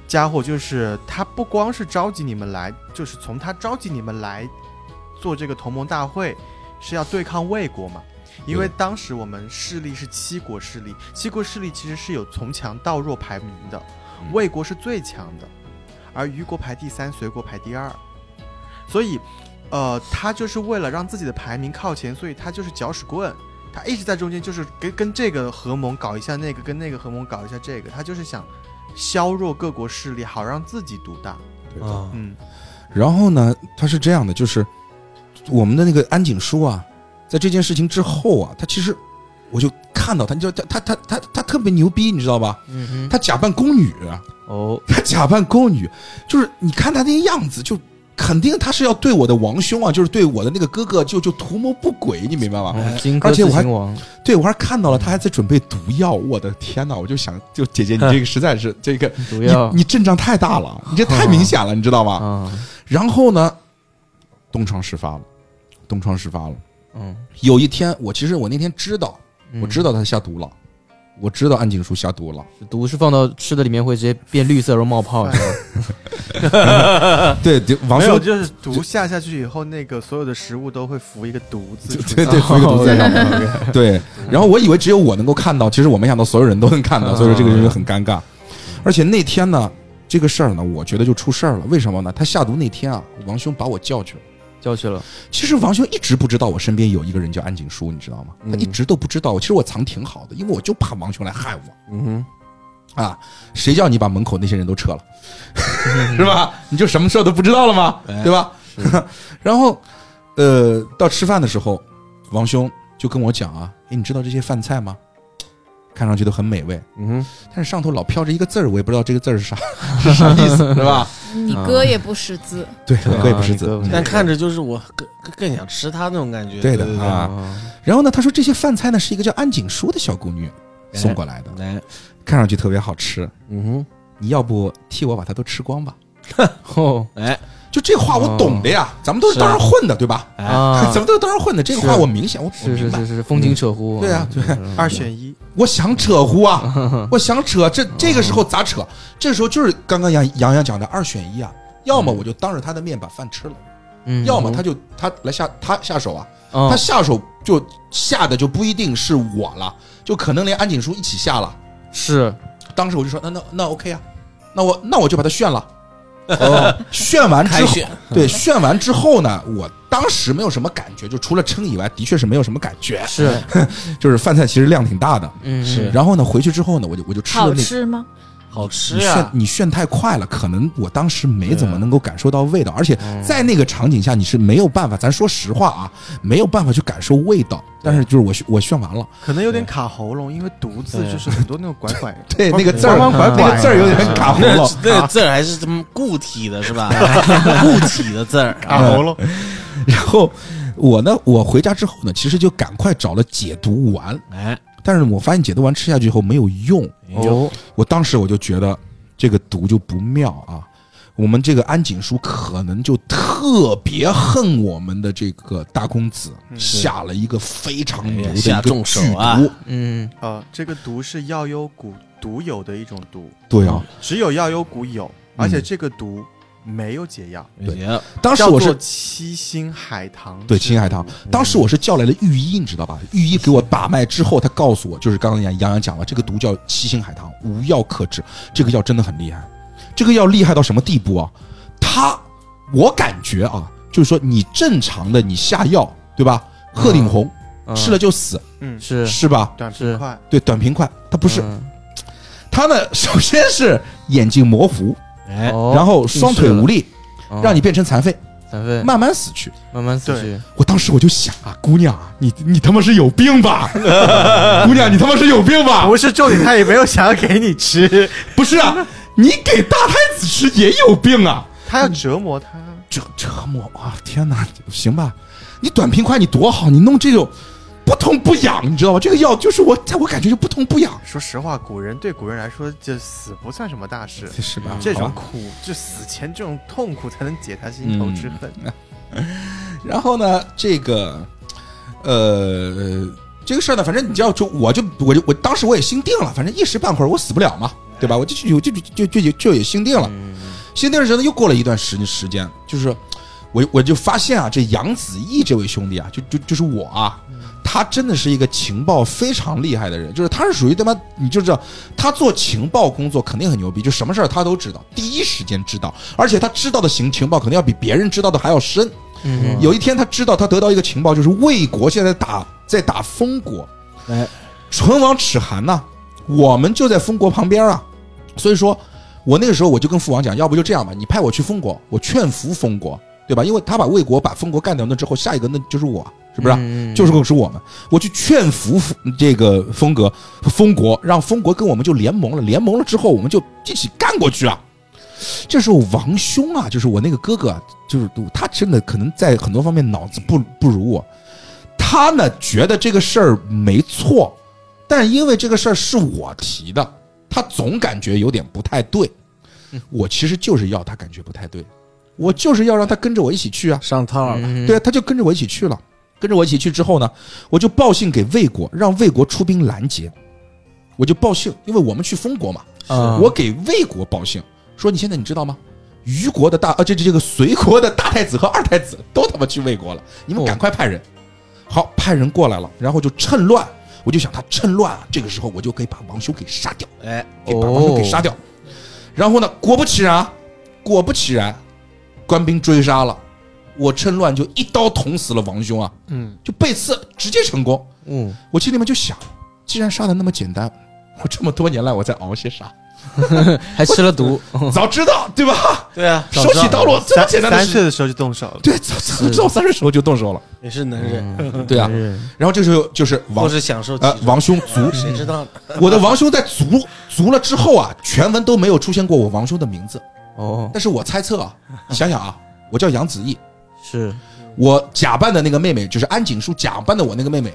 家伙，就是他不光是召集你们来，就是从他召集你们来做这个同盟大会，是要对抗魏国嘛。因为
对
当时我们势力是七国势力，七国势力其实是有从强到弱排名的，
嗯
魏国是最强的，而虞国排第三，隋国排第二，所以，呃，他就是为了让自己的排名靠前，所以他就是搅屎棍，他一直在中间，就是跟跟这个合盟搞一下那个，跟那个合盟搞一下这个，他就是想削弱各国势力，好让自己独大。
啊，
嗯，
然后呢，他是这样的，就是我们的那个安景叔啊，在这件事情之后啊，他其实我就看到他，你知道他他他他他特别牛逼，你知道吧？
嗯哼，
他假扮宫女，啊
哦，
他 假扮宫女，就是你看他那个样子，就肯定他是要对我的王兄啊，就是对我的那个哥哥就就图谋不轨，你明白吗？
嗯荆
而且
轲刺
我还
秦王，
对我还看到了他还在准备毒药，我的天哪！我就想，就姐姐你这个实在是这个
毒
你
药
你阵仗太大了，你这太明显了，你知道 吗？
啊，
然后呢，东窗事发了，东窗事发了。
嗯，
有一天，我其实我那天知道，
嗯
我知道他下毒了，我知道安景叔下毒了。
毒是放到吃的里面会直接变绿色，然后冒
哎
泡，是吧
对，对王
没有，
兄，
就是毒下下去以后，那个所有的食物都会浮一个毒字出
对
来。
对，服一个毒在上 面。对，然后我以为只有我能够看到，其实我没想到所有人都能看到，所以说这个人就很尴尬。而且那天呢，这个事儿呢，我觉得就出事儿了。为什么呢？他下毒那天啊，王兄把我叫去了。
叫去了，
其实王兄一直不知道我身边有一个人叫安景叔，你知道吗？
嗯
他一直都不知道。其实我藏挺好的，因为我就怕王兄来害我。
嗯哼，
啊，谁叫你把门口那些人都撤了， 是吧？你就什么事儿都不知道了
哎
吗？对吧？然后，呃，到吃饭的时候，王兄就跟我讲啊，哎，你知道这些饭菜吗？看上去都很美味，
嗯
但是上头老飘着一个字儿，我也不知道这个字儿 是啥，是啥意 思，是吧？
你
嗯
哥也不识字，
对，
哼，
我也不识字。
但看着就是我更更更想吃它那种感觉。
对的
哦
对
啊，然后呢，他说这些饭菜呢是一个叫安景淑的小姑娘
哎
送过来的，
来，
看上去特别好吃。
嗯
你要不替我把它都吃光吧？
哼， 哦，
哎，
就这话我懂的呀，咱们都是
是
当时混的，对吧？
啊
咱，们都是当时混哎的，这个话
是
我明显我我
是
明
是
白
是，是，风景扯呼，
对啊对
嗯
二选一，
我想扯呼啊，我想扯，这这个时候咋扯？这时候就是刚刚杨杨洋讲的二选一啊，要么我就当着他的面把饭吃了，
嗯
要么他就他来下他下手啊，
嗯
他下手就下的就不一定是我了，就可能连安锦书一起下了。
是
当时我就说，那那那 OK 啊，那我那我就把它炫了。哦， 炫完之
开
后，
选
对，炫完之后呢，我当时没有什么感觉，就除了撑以外，的确是没有什么感觉。
是，
哎
就是饭菜其实量挺大的，
嗯
是
然后呢，回去之后呢，我就我就吃了
好
那个。
吃啊吗？
好吃
你炫
呀！
你炫太快了，可能我当时没怎么能够感受到
哦
味道，而且在那个场景下你是没有办法，咱说实话啊，没有办法去感受味道。但是就是我炫我炫完了，
可能有点卡喉咙，因为独字就是很多那种拐拐，
对那个字
弯
儿，
弯拐拐，
那个字儿有点 卡喉
那
咙。
那字儿还是什么固体 的，是吧？固体的字儿，哎
卡喉咙，
然后我呢，我回家之后呢，其实就赶快找了解毒丸，
哎，
但是我发现解毒丸吃下去以后没有用，
哦，
我当时我就觉得这个毒就不妙啊。我们这个安景叔可能就特别恨我们的这个大公子，下了一个非常毒的
嗯哎呀
一
下
个
重手
剧毒，
啊
嗯
啊，这个毒是药优谷独有的一种毒，
对啊。
只有药优谷有，而且
嗯
这个毒没有解药，
行，
当时
叫
我
做
是
七星海棠。
对青海棠，啊当
嗯
时我是叫来了御医，你知道吧？御医给我把脉之后，他告诉我，就是刚刚杨杨洋讲了，这个毒叫七星海棠，无药可治。这个药真的很厉害，这个药厉害到什么地步啊？它，我感觉啊，就是说你正常的你下药，对吧？鹤顶红、
嗯
吃了就死，
嗯，
是
是吧？
短
是
平快，
对，短平快，它不是。
嗯
它呢，首先是眼睛模糊，
哎，
哦
然后双腿无
力，
力，
嗯
让你变成残废，
残废，慢
慢慢死去。
慢慢死
对
去，
我当时我就想啊，姑娘，你你他妈是有病 吧？姑娘，你他妈是有病吧？
不是重点，他也没有想要给你吃，
不是啊，你给大太子吃也有病啊！
他要折磨他。
这折磨啊！天哪，行吧？你短平快你多好，你弄这种不痛不痒，你知道吧？这个药就是我，在我感觉就不痛不痒，
说实话，古人对古人来说，这死不算什么大事，
是吧
这啊
好
种
吧
苦，就死前这种痛苦，才能解他心头之恨。
然后呢，这个，呃，这个事儿呢，反正你知道，就我就我就我当时我也心定了，反正一时半会儿我死不了嘛，对吧？我就就就就就就就也心定了。心定了之后呢，又过了一段时时间，就是我我就发现啊，这杨子毅这位兄弟啊，就就就是我啊。他真的是一个情报非常厉害的人，就是他是属于他妈，你就知道他做情报工作肯定很牛逼，就什么事儿他都知道，第一时间知道，而且他知道的情情报肯定要比别人知道的还要深。
嗯
有一天他知道他得到一个情报，就是魏国现在打在打封国，
哎，
唇亡齿寒呐、我们就在封国旁边啊，所以说我那个时候我就跟父王讲，要不就这样吧，你派我去封国，我劝服封国，对吧？因为他把魏国把封国干掉那之后，下一个那就是我，是不是啊？
嗯
就是是我们，我去劝服封这个封格封国，让封国跟我们就联盟了，联盟了之后我们就一起干过去啊。这时候王兄啊，就是我那个哥哥啊，就是他真的可能在很多方面脑子不不如我，他呢觉得这个事儿没错，但是因为这个事儿是我提的，他总感觉有点不太对。我其实就是要他感觉不太对，我就是要让他跟着我一起去啊。
上套了，
嗯
对啊，他就跟着我一起去了。跟着我一起去之后呢，我就报信给魏国，让魏国出兵拦截。我就报信，因为我们去封国嘛，
啊
我给魏国报信，说你现在你知道吗？虞国的大呃，这这这个隋国的大太子和二太子都他妈去魏国了，你们
哦
赶快派人。好，派人过来了，然后就趁乱，我就想他趁乱啊，这个时候我就可以把王修给杀掉。
哎，
给把王修给
哦
杀掉。然后呢，果不其然啊，果不其然，官兵追杀了，我趁乱就一刀捅死了王兄啊，
嗯，
就背刺直接成功。
嗯
我心里面就想，既然杀的那么简单，我这么多年来我在熬些啥？
还吃了毒，
早知道对吧？
对啊，
手起刀落这么
三
简单的
三
事，
岁的时候就动手了，
对，早早早三十时候就动手了，
也是能忍，
对啊。然后这时候就是
或
王
是享受其
呃
中，
王兄足，
谁知道呢？
我的王兄在足足了之后啊，全文都没有出现过我王兄的名字，
哦，
但是我猜测啊，想想啊，我叫杨子毅，
是
我假扮的那个妹妹就是安景树假扮的我那个妹妹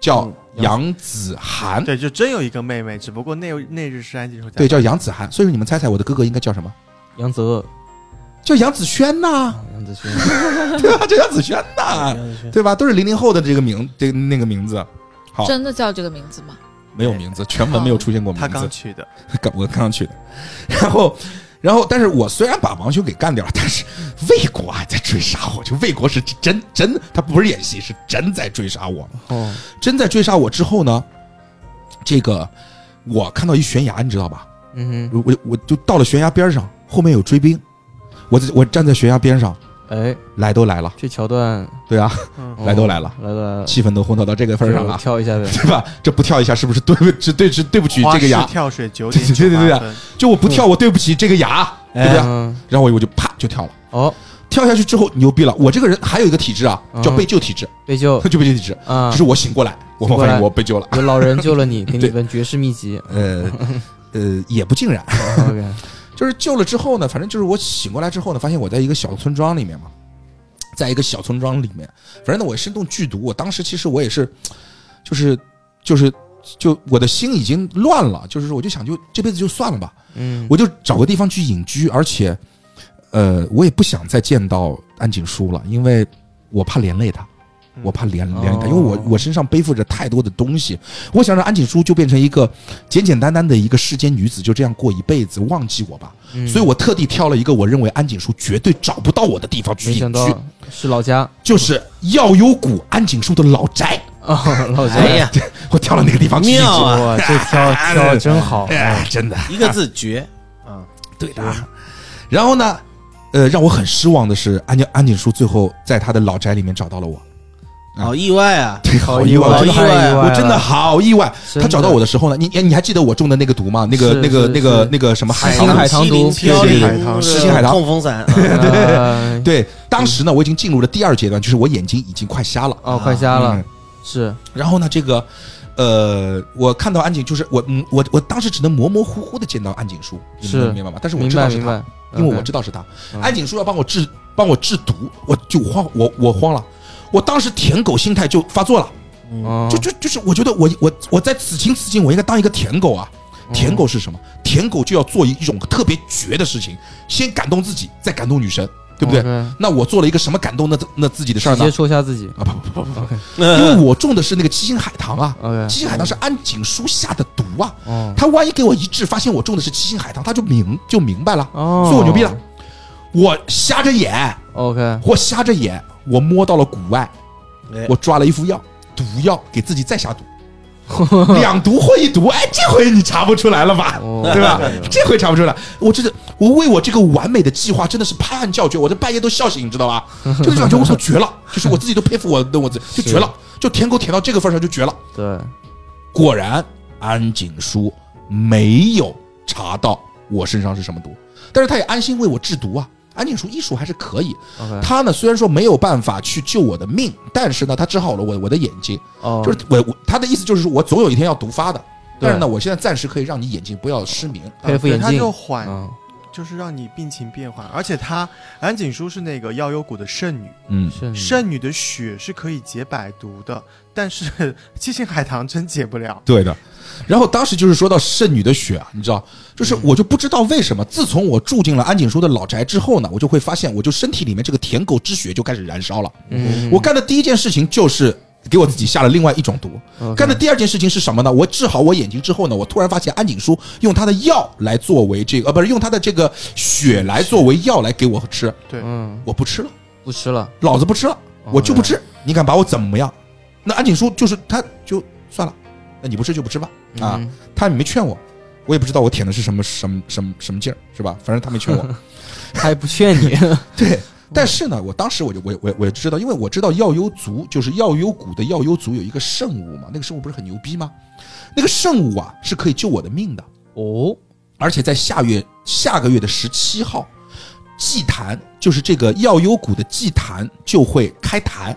叫杨子涵，
对，就真有一个妹妹，只不过那那日是安静说
对，叫杨子涵。所以说你们猜猜我的哥哥应该叫什么？
杨泽，啊
叫杨子轩呐、
杨泽轩，
对吧？叫杨子轩呐、对吧？都是零零后的这个名，这个那个名字好
真的叫这个名字吗？
没有名字，全文没有出现过名
他
字。
刚取的，
刚我刚去的，然后，然后，但是我虽然把王兄给干掉了，但是魏国还在追杀我，就魏国是真真，他不是演戏，是真在追杀我。
哦，
真在追杀我之后呢，这个我看到一悬崖，你知道吧？
嗯
我我我就到了悬崖边上，后面有追兵，我在我站在悬崖边上，
哼，哎，
来都来了，
这桥段
对啊，
嗯，哦
来都来了，
来了，
气氛都烘托到这个份儿上
就
了，
跳一下呗，
对吧？这不跳一下是不是对不是对是对不起
花
这个
式
崖？
跳水九点
对对对对对
分，嗯
就我不跳，我对不起这个崖， 对不对？
嗯，
然后我我就啪就跳了。
哦，
跳下去之后牛逼了，我这个人还有一个体质啊，
嗯
叫被救体质，
被救
就被救体质，
啊
就，是我哦醒过来，我发
过
现
来
我被救了。
有老人救了你，给你
对
一本绝世秘 籍哦
呃呃，也不尽然，
，OK，
就是救了之后呢，反正就是我醒过来之后呢，发现我在一个小村庄里面嘛，在一个小村庄里面，反正呢我也身中剧毒，我当时其实我也是，就是就是就我的心已经乱了，就是说我就想就这辈子就算了吧，
嗯，
我就找个地方去隐居，而且呃我也不想再见到安景叔了，因为我怕连累他。
嗯
我怕连连累他，
哦
因为我我身上背负着太多的东西，我想让安景书就变成一个简简单单的一个世间女子，就这样过一辈子，忘记我吧。
嗯
所以我特地挑了一个我认为安景书绝对找不到我的地方去
没想
隐居
到，是老家
就是药幽谷安景书的老宅，
哦，老家，
哎呀，
我挑了那个地方去隐居。
妙啊
哇，这挑挑真好，
哎，真的，
一个字绝，
对的啊。然后呢，呃，让我很失望的是，安景安景书最后在他的老宅里面找到了我，啊
好意外啊！
对， 好意
外
外，我
好
真
意
的
外啊
我真的好意外。
真
他
的
找到我的时候呢，你哎你还记得我中的那个毒吗？那个
是
那个
是
那个
是
那个什么海
海
棠
棠
海
棠毒
七零飘
对对
对
零，
七星海棠
控风 散，
对，
对，当时呢，我已经进入了第二阶段，就是我眼睛已经快瞎了。
哦，快瞎了
嗯，
是，
然后呢，这个，呃，我看到安景，就是我，嗯我，我当时只能模模糊糊的见到安景叔，你
是
们能明白吗？但是我
明
知
白
道是
明
他，
白，
因为我知
这
道是他。
嗯
安景叔要帮我制，帮我制毒，我就慌，我我慌了，我当时舔狗心态就发作了，
嗯哦
就就就是我觉得我我我在此情此景，我应该当一个舔狗啊。
嗯
舔狗是什么？舔狗就要做一一种特别绝的事情，先感动自己，再感动女神，对不对？
对？
那我做了一个什么感动那那自己的事儿
嗯直
呢
接？戳瞎自己
啊不不不不不，因为
嗯，
我中的是那个七星海棠啊，
，OK，
七星海棠是安景书下的毒啊，
哦
他万一给我一治，发现我中的是七星海棠，他就明就明白了，
哦，
所以我牛逼了。我瞎着眼，
，OK，
我瞎着眼，我摸到了谷外
哎，
我抓了一副药，毒药，给自己 再下毒，两毒混一毒，哎，这回你查不出来了吧？
哦
对吧？这回查不出来，我真的，我为我这个完美的计划真的是拍案叫绝，我这半夜都笑醒，你知道吧？就是感觉我操绝了，就是我自己都佩服我的我自己，就绝了，就舔狗舔到这个份儿上就绝了。
对，
果然，安景书没有查到我身上是什么毒，但是他也安心为我制毒啊。安景书医术还是可以，
，OK，
他呢虽然说没有办法去救我的命，但是呢他治好了我我的眼睛，
哦，
就是我我他的意思就是说我总有一天要毒发的，但是呢
对
我现在暂时可以让你眼睛不要失明。
佩服
对
眼
他
镜
就缓，
嗯，
就是让你病情变缓，而且她安景淑是那个药幽谷的圣女，
嗯，
是
圣女的血是可以解百毒的， 但是七星海棠真解不了。
对的。然后当时就是说到圣女的血啊，你知道，就是我就不知道为什么，自从我住进了安景叔的老宅之后呢，我就会发现，我就身体里面这个舔狗之血就开始燃烧了。
嗯
我干的第一件事情就是给我自己下了另外一种毒。干的第二件事情是什么呢？我治好我眼睛之后呢，我突然发现安景叔用他的药来作为这个，呃，不是用他的这个血来作为药来给我吃，
对，
嗯，
我不吃了，
不吃了，
老子不吃了，我就不吃，你敢把我怎么样？那安景叔就是他就算了，那你不吃就不吃吧，啊。
嗯，
他也没劝我，我也不知道我舔的是什么什么什么什么劲儿，是吧？反正他没劝我。
他也不劝 你，哎
对，但是呢，我当时我就我我我就知道，因为我知道药幽族就是药幽谷的药幽族有一个圣物嘛，那个圣物不是很牛逼吗？那个圣物啊是可以救我的命的，
哦，
而且在下月下个月的十七号，祭坛就是这个药幽谷的祭坛就会开坛，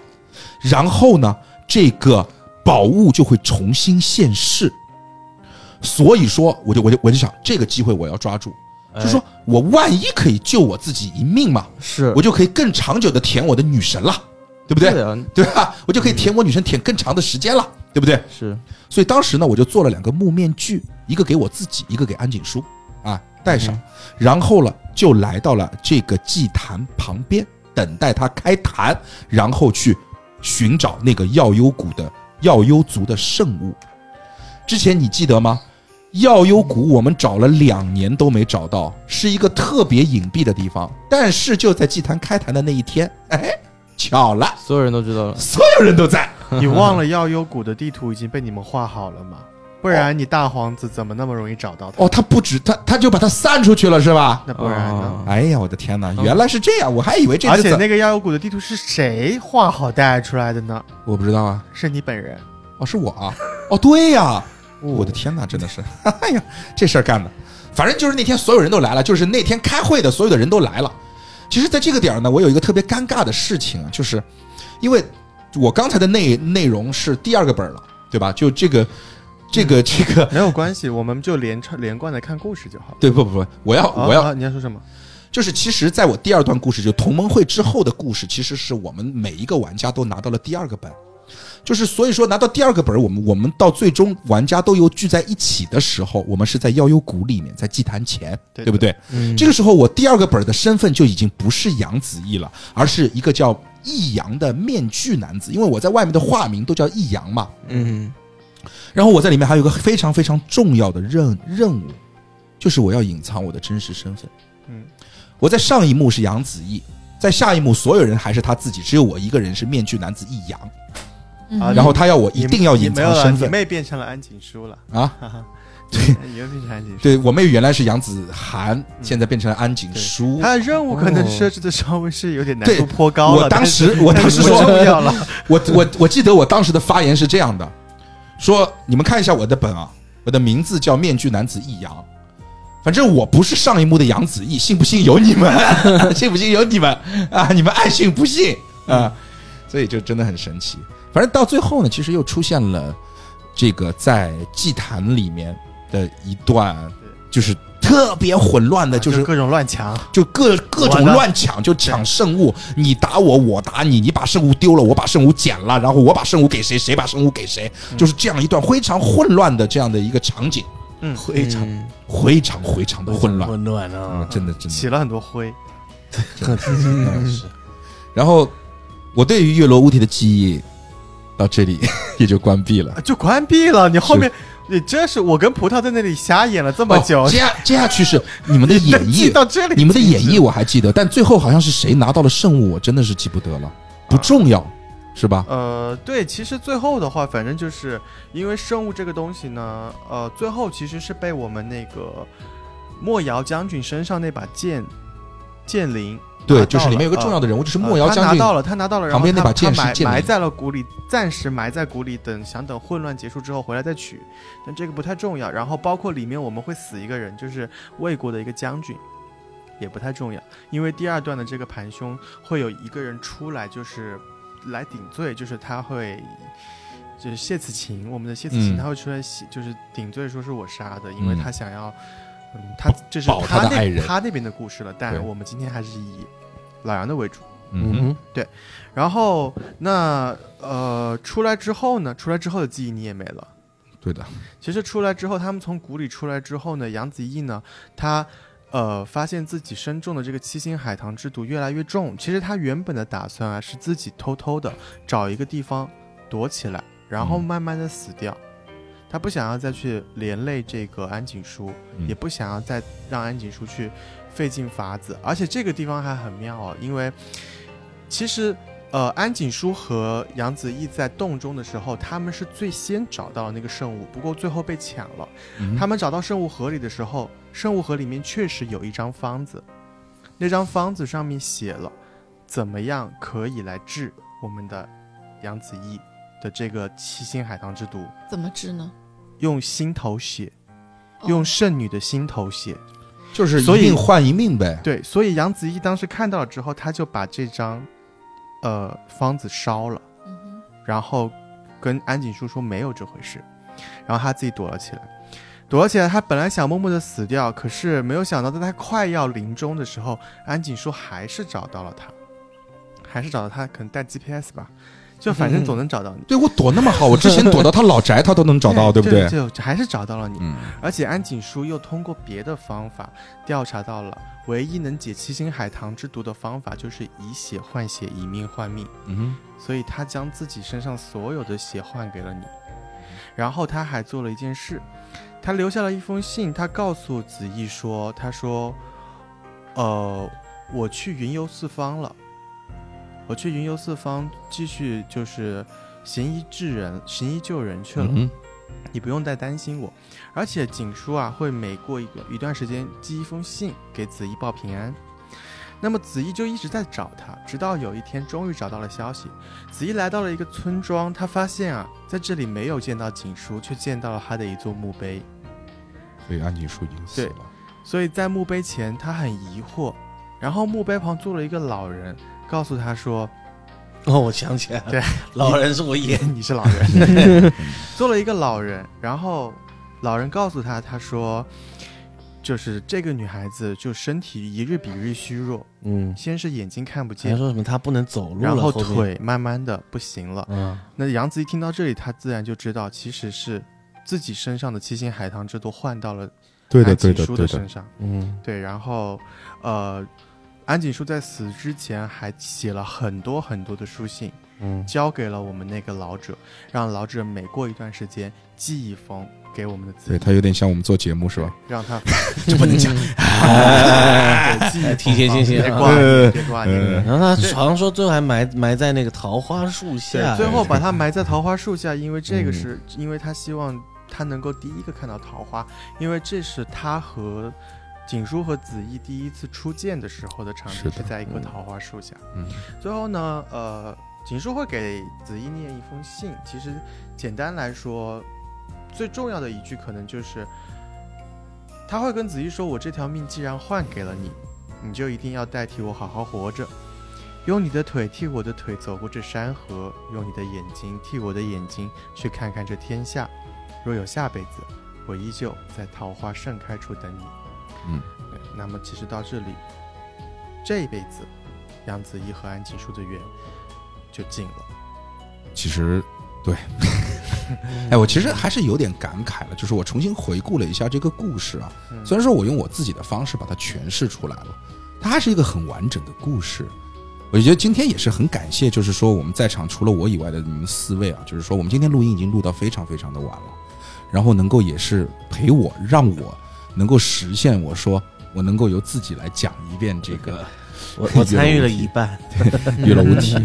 然后呢，这个宝物就会重新现世。所以说，我就我就我就想这个机会我要抓住，
哎
就说我万一可以救我自己一命嘛，
是
我就可以更长久的舔我的女神了，对不
对啊
对？
的，
对吧？我就可以舔我女神舔更长的时间了，对不对？
是
所以当时呢，我就做了两个木面具，一个给我自己，一个给安井叔啊戴上，然后了就来到了这个祭坛旁边，等待他开坛，然后去寻找那个药幽谷的药幽族的圣物。之前你记得吗？药幽谷我们找了两年都没找到，是一个特别隐蔽的地方。但是就在祭坛开坛的那一天，哎，巧了，
所有人都知道了。
所有人都在。
你 忘了药幽谷的地图已经被你们画好了吗？不然你大皇子怎么那么容易找到他？
哦，他不止他，他就把他散出去了，是吧？
那不然呢？
哦
哎呀，我的天哪！原来是这样，我还以为这
而
次
且
怎
那个药幽谷的地图是谁画好带出来的呢？
我不知道啊。
是你本人。
哦，是我啊。哦，对呀、
哦
我的天哪，真的是， 哎呀，这事儿干的。反正就是那天所有人都来了，就是那天开会的所有的人都来了。其实，在这个点儿呢，我有一个特别尴尬的事情啊，就是因为我刚才的内内容是第二个本儿了，对吧？就这个，这个，这个，
没有关系，我们就连串连贯的看故事就好了。
对，不不不，我要
啊
我要
啊你要说什么？
就是其实在我第二段故事，就同盟会之后的故事，其实是我们每一个玩家都拿到了第二个本。就是所以说拿到第二个本儿，我们我们到最终玩家都又聚在一起的时候，我们是在药幽谷里面，在祭坛前，
对的
不对？
嗯
这个时候我第二个本儿的身份就已经不是杨子毅了，而是一个叫易阳的面具男子，因为我在外面的化名都叫易阳嘛。
嗯，
然后我在里面还有一个非常非常重要的任任务，就是我要隐藏我的真实身份。
嗯，
我在上一幕是杨子毅，在下一幕所有人还是他自己，只有我一个人是面具男子易阳。
嗯
啊
然后他要我
你
一定要
你
隐
没有
藏
了
身
你
份
妹变成了安景书了，
啊！
哈 哈，
对
你妹变成安景书。
对我妹原来是杨子
嗯
涵，现在变成了安景书。
他的任务可能设置的稍微是有点难度
哦对
颇高了。
我当
但是
时我当时
但是
说
不重要了，
我我我记得我当时的发言是这样的，说你们看一下我的本啊，我的名字叫面具男子易阳，反正我不是上一幕的杨子毅，信不信由你们， 信不信由你们啊，你们爱信不信啊，所以就真的很神奇。反正到最后呢，其实又出现了这个在祭坛里面的一段，就是特别混乱的，就是嗯
各种乱抢。
就各各种乱抢，就抢圣物，你打我，我打你，你把圣物丢了，我把圣物捡了，然后我把圣物给谁，谁把圣物给谁，
嗯
就是这样一段非常混乱的这样的一个场景，
非常
非常非常的混乱，
混乱啊
嗯，！真的真
起
的。
了很多灰，
然后我对于月罗物体的记忆到这里 也就关闭了
啊。就关闭了。你后面，你这是我跟葡萄在那里瞎演了这么久，
哦接下接下去是你们的演
记
绎，
到这里，
你们的演绎，我还记得，但最后好像是谁拿到了圣物，我真的是记不得了，不
啊
重要，是吧？
呃，对，其实最后的话，反正就是因为生物这个东西呢，呃，最后其实是被我们那个莫瑶将军身上那把剑剑灵拿到
对，
了，
就是里面有个重要
的
的人物，就是莫瑶
呃他
将
拿
军
到了，他拿到了，然后
旁边那
他
把剑
他
是
埋
剑灵
埋在了谷里，暂时埋在谷里，等想等混乱结束之后回来再取，但这个不太重要。然后包括里面我们会死一个人，就是魏国的一个将军。也不太重要，因为第二段的这个盘凶会有一个人出来，就是来顶罪，就是他会，就是谢子晴，我们的谢子晴，
嗯
他会出来洗，就是顶罪，说是我杀的，因为
嗯
他想要，嗯，他这是
保他的
那
爱人
他那边的故事了，但
对
我们今天还是以老杨的为主。
嗯哼，
然后那呃出来之后呢，出来之后的记忆你也没了。
对的，
其实出来之后，他们从谷里出来之后呢，杨子毅呢，他呃发现自己身中的这个七星海棠之毒越来越重。其实他原本的打算啊，是自己偷偷的找一个地方躲起来，然后
嗯
慢慢的死掉。他不想要再去连累这个安景书，
嗯
也不想要再让安景书去费尽法子。而且这个地方还很妙哦，因为其实呃，安景书和杨子毅在洞中的时候，他们是最先找到了那个圣物，不过最后被抢了。他们找到圣物盒里的时候，圣物盒里面确实有一张方子，那张方子上面写了怎么样可以来治我们的杨子毅的这个七星海棠之毒，
怎么治呢？
用心头血。
哦
用剩女的心头血。
就是
所以
一命换一命呗。
对，所以杨子毅当时看到了之后，他就把这张，呃，方子烧了，
嗯
然后跟安井叔说没有这回事，然后他自己躲了起来。躲了起来，他本来想默默的死掉，可是没有想到，在他快要临终的时候，安井叔还是找到了他，还是找到他，可能带 GPS 吧，就反正总能找到你，
对我躲那么好，我之前躲到他老宅，他都能找到， 对不对？
就就还是找到了你，
嗯，
而且安井叔又通过别的方法调查到了，唯一能解七星海棠之毒的方法就是以血换血，以命换命。
嗯
所以他将自己身上所有的血换给了你。然后他还做了一件事，他留下了一封信，他告诉子毅说：“他说，呃，我去云游四方了，我去云游四方继续就是行医治人、行医救人去了。
嗯
你不用再担心我。而且景叔啊，会每过一个一段时间寄一封信给子怡报平安。那么子怡就一直在找他，直到有一天终于找到了消息。子怡来到了一个村庄，她发现啊，在这里没有见到景叔，却见到了他的一座墓碑。
所以安吉叔已经死了。
所以在墓碑前，她很疑惑。然后墓碑旁坐了一个老人，告诉她说
哦，我想起来了，
对，
老人是我爷，：“
你是老人。”做了一个老人，然后老人告诉她，他说：“就是这个女孩子，就身体一日比一日虚弱，
嗯，啊
先是眼睛看不
还
见，
说什么他不能走路了，
然后
面，
腿慢慢的不行了。
嗯，
那杨子一听到这里，他自然就知道其实是自己身上的七星海棠之毒换到了
对
安景叔的身上。
嗯，
对，然后呃，安景叔在死之前还写了很多很多的书信，
嗯，
交给了我们那个老者，让老者每过一段时间寄一封给我们的子
对
女，
他有点像我们做节目是吧？
让他
这不能讲，
嗯
对寄一封
提前信息
别
啊
挂
对
你，别挂你。
嗯
然后他好像说最后还埋埋在那个桃花树下，
对，最后 把它埋在桃花树下，因为
嗯
这个是、因为他希望他能够第一个看到桃花，因为这是他和景叔和子怡第一次初见的时候的场
是
景
的
是在一棵
嗯
桃花树下。
嗯
最后呢，呃，景叔会给子怡念一封信，其实简单来说，最重要的一句可能就是。他会跟子怡说：“我这条命既然换给了你，你就一定要代替我好好活着。用你的腿替我的腿走过这山河，用你的眼睛替我的眼睛去看看这天下。若有下辈子，我依旧在桃花盛开处等你。
嗯
对，那么其实到这里，这一辈子，杨子怡和安锦书的缘就尽了。
其实对。哎，我其实还是有点感慨了，就是我重新回顾了一下这个故事啊，
嗯
虽然说我用我自己的方式把它诠释出来了，它还是一个很完整的故事。我觉得今天也是很感谢，就是说我们在场除了我以外的你们四位啊，就是说我们今天录音已经录到非常非常的晚了，然后能够也是陪我，让我能够实现我说我能够由自己来讲一遍这个
哎我我参与了一半，
娱乐无题。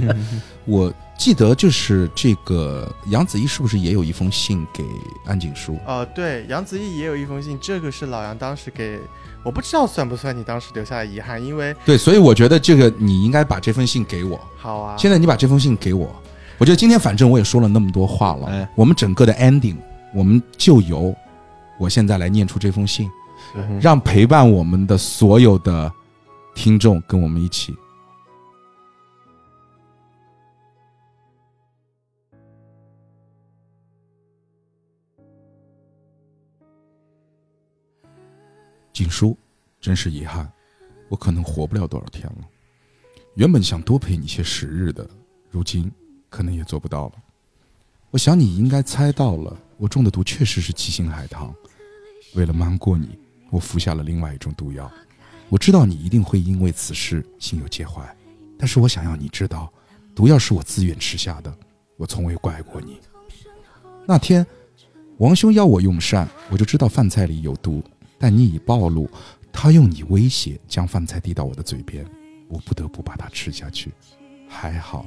我记得就是这个杨子怡是不是也有一封信给安景书？
呃，对，杨子怡也有一封信，这个是老杨当时给，我不知道算不算你当时留下的遗憾，因为
对，所以我觉得这个你应该把这封信给我。
好啊，
现在你把这封信给我，我觉得今天反正我也说了那么多话了，
哎
我们整个的 ending 我们就由我现在来念出这封信，
对
让陪伴我们的所有的听众跟我们一起。锦叔，真是遗憾，我可能活不了多少天了。原本想多陪你些时日的，如今可能也做不到了。我想你应该猜到了，我中的毒确实是七星海棠。为了瞒过你，我服下了另外一种毒药。我知道你一定会因为此事心有介怀，但是我想要你知道，毒药是我自愿吃下的，我从未怪过你。那天，王兄邀我用膳，我就知道饭菜里有毒，但你已暴露，他用你威胁将饭菜递到我的嘴边，我不得不把它吃下去。还好，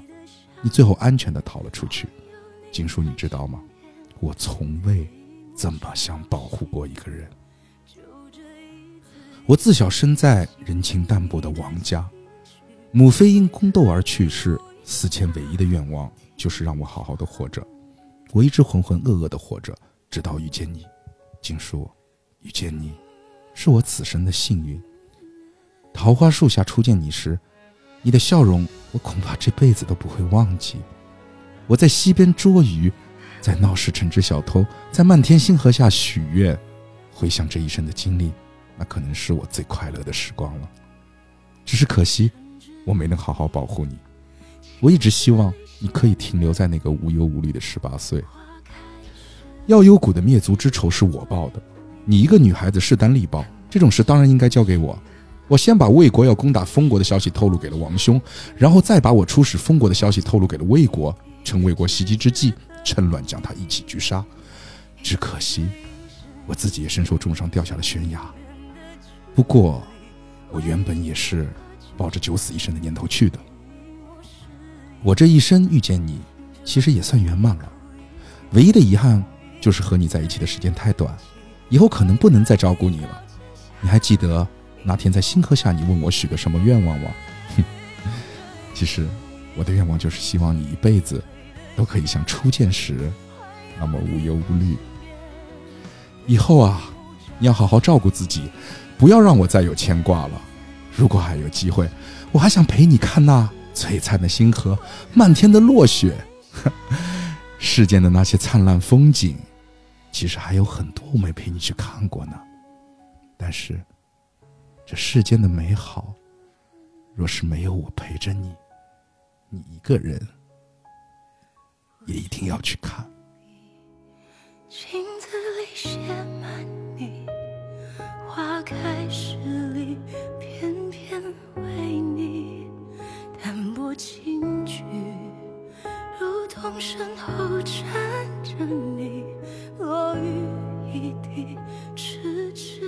你最后安全的逃了出去。景叔，你知道吗？我从未这么想保护过一个人。我自小生在人情淡薄的王家，母妃因宫斗而去世，死前唯一的愿望就是让我好好的活着。我一直浑浑噩噩的活着，直到遇见你，静叔，遇见你，是我此生的幸运。桃花树下初见你时，你的笑容我恐怕这辈子都不会忘记。我在溪边捉鱼，在闹市城之小偷，在漫天星河下许愿。回想这一生的经历，那可能是我最快乐的时光了。只是可惜，我没能好好保护你。我一直希望你可以停留在那个无忧无虑的十八岁。药幽谷的灭族之仇是我报的，你一个女孩子势单力薄，这种事当然应该交给我。我先把魏国要攻打封国的消息透露给了王兄，然后再把我出使封国的消息透露给了魏国，趁魏国袭击之际，趁乱将他一起狙杀。只可惜，我自己也身受重伤，掉下了悬崖。不过，我原本也是抱着九死一生的念头去的。我这一生遇见你，其实也算圆满了。唯一的遗憾就是和你在一起的时间太短，以后可能不能再照顾你了。你还记得那天在星河下你问我许的什么愿望吗？ 哼，其实我的愿望就是希望你一辈子都可以像初见时那么无忧无虑。以后啊，你要好好照顾自己，不要让我再有牵挂了。如果还有机会，我还想陪你看那璀璨的星河，漫天的落雪， 世间的那些灿烂风景，其实还有很多我没陪你去看过呢。但是，这世间的美好，若是没有我陪着你，你一个人，也一定要去看。
镜子里写满你，花开时里偏偏为你淡泊轻举，如同身后缠着你，落雨一滴，痴痴嗯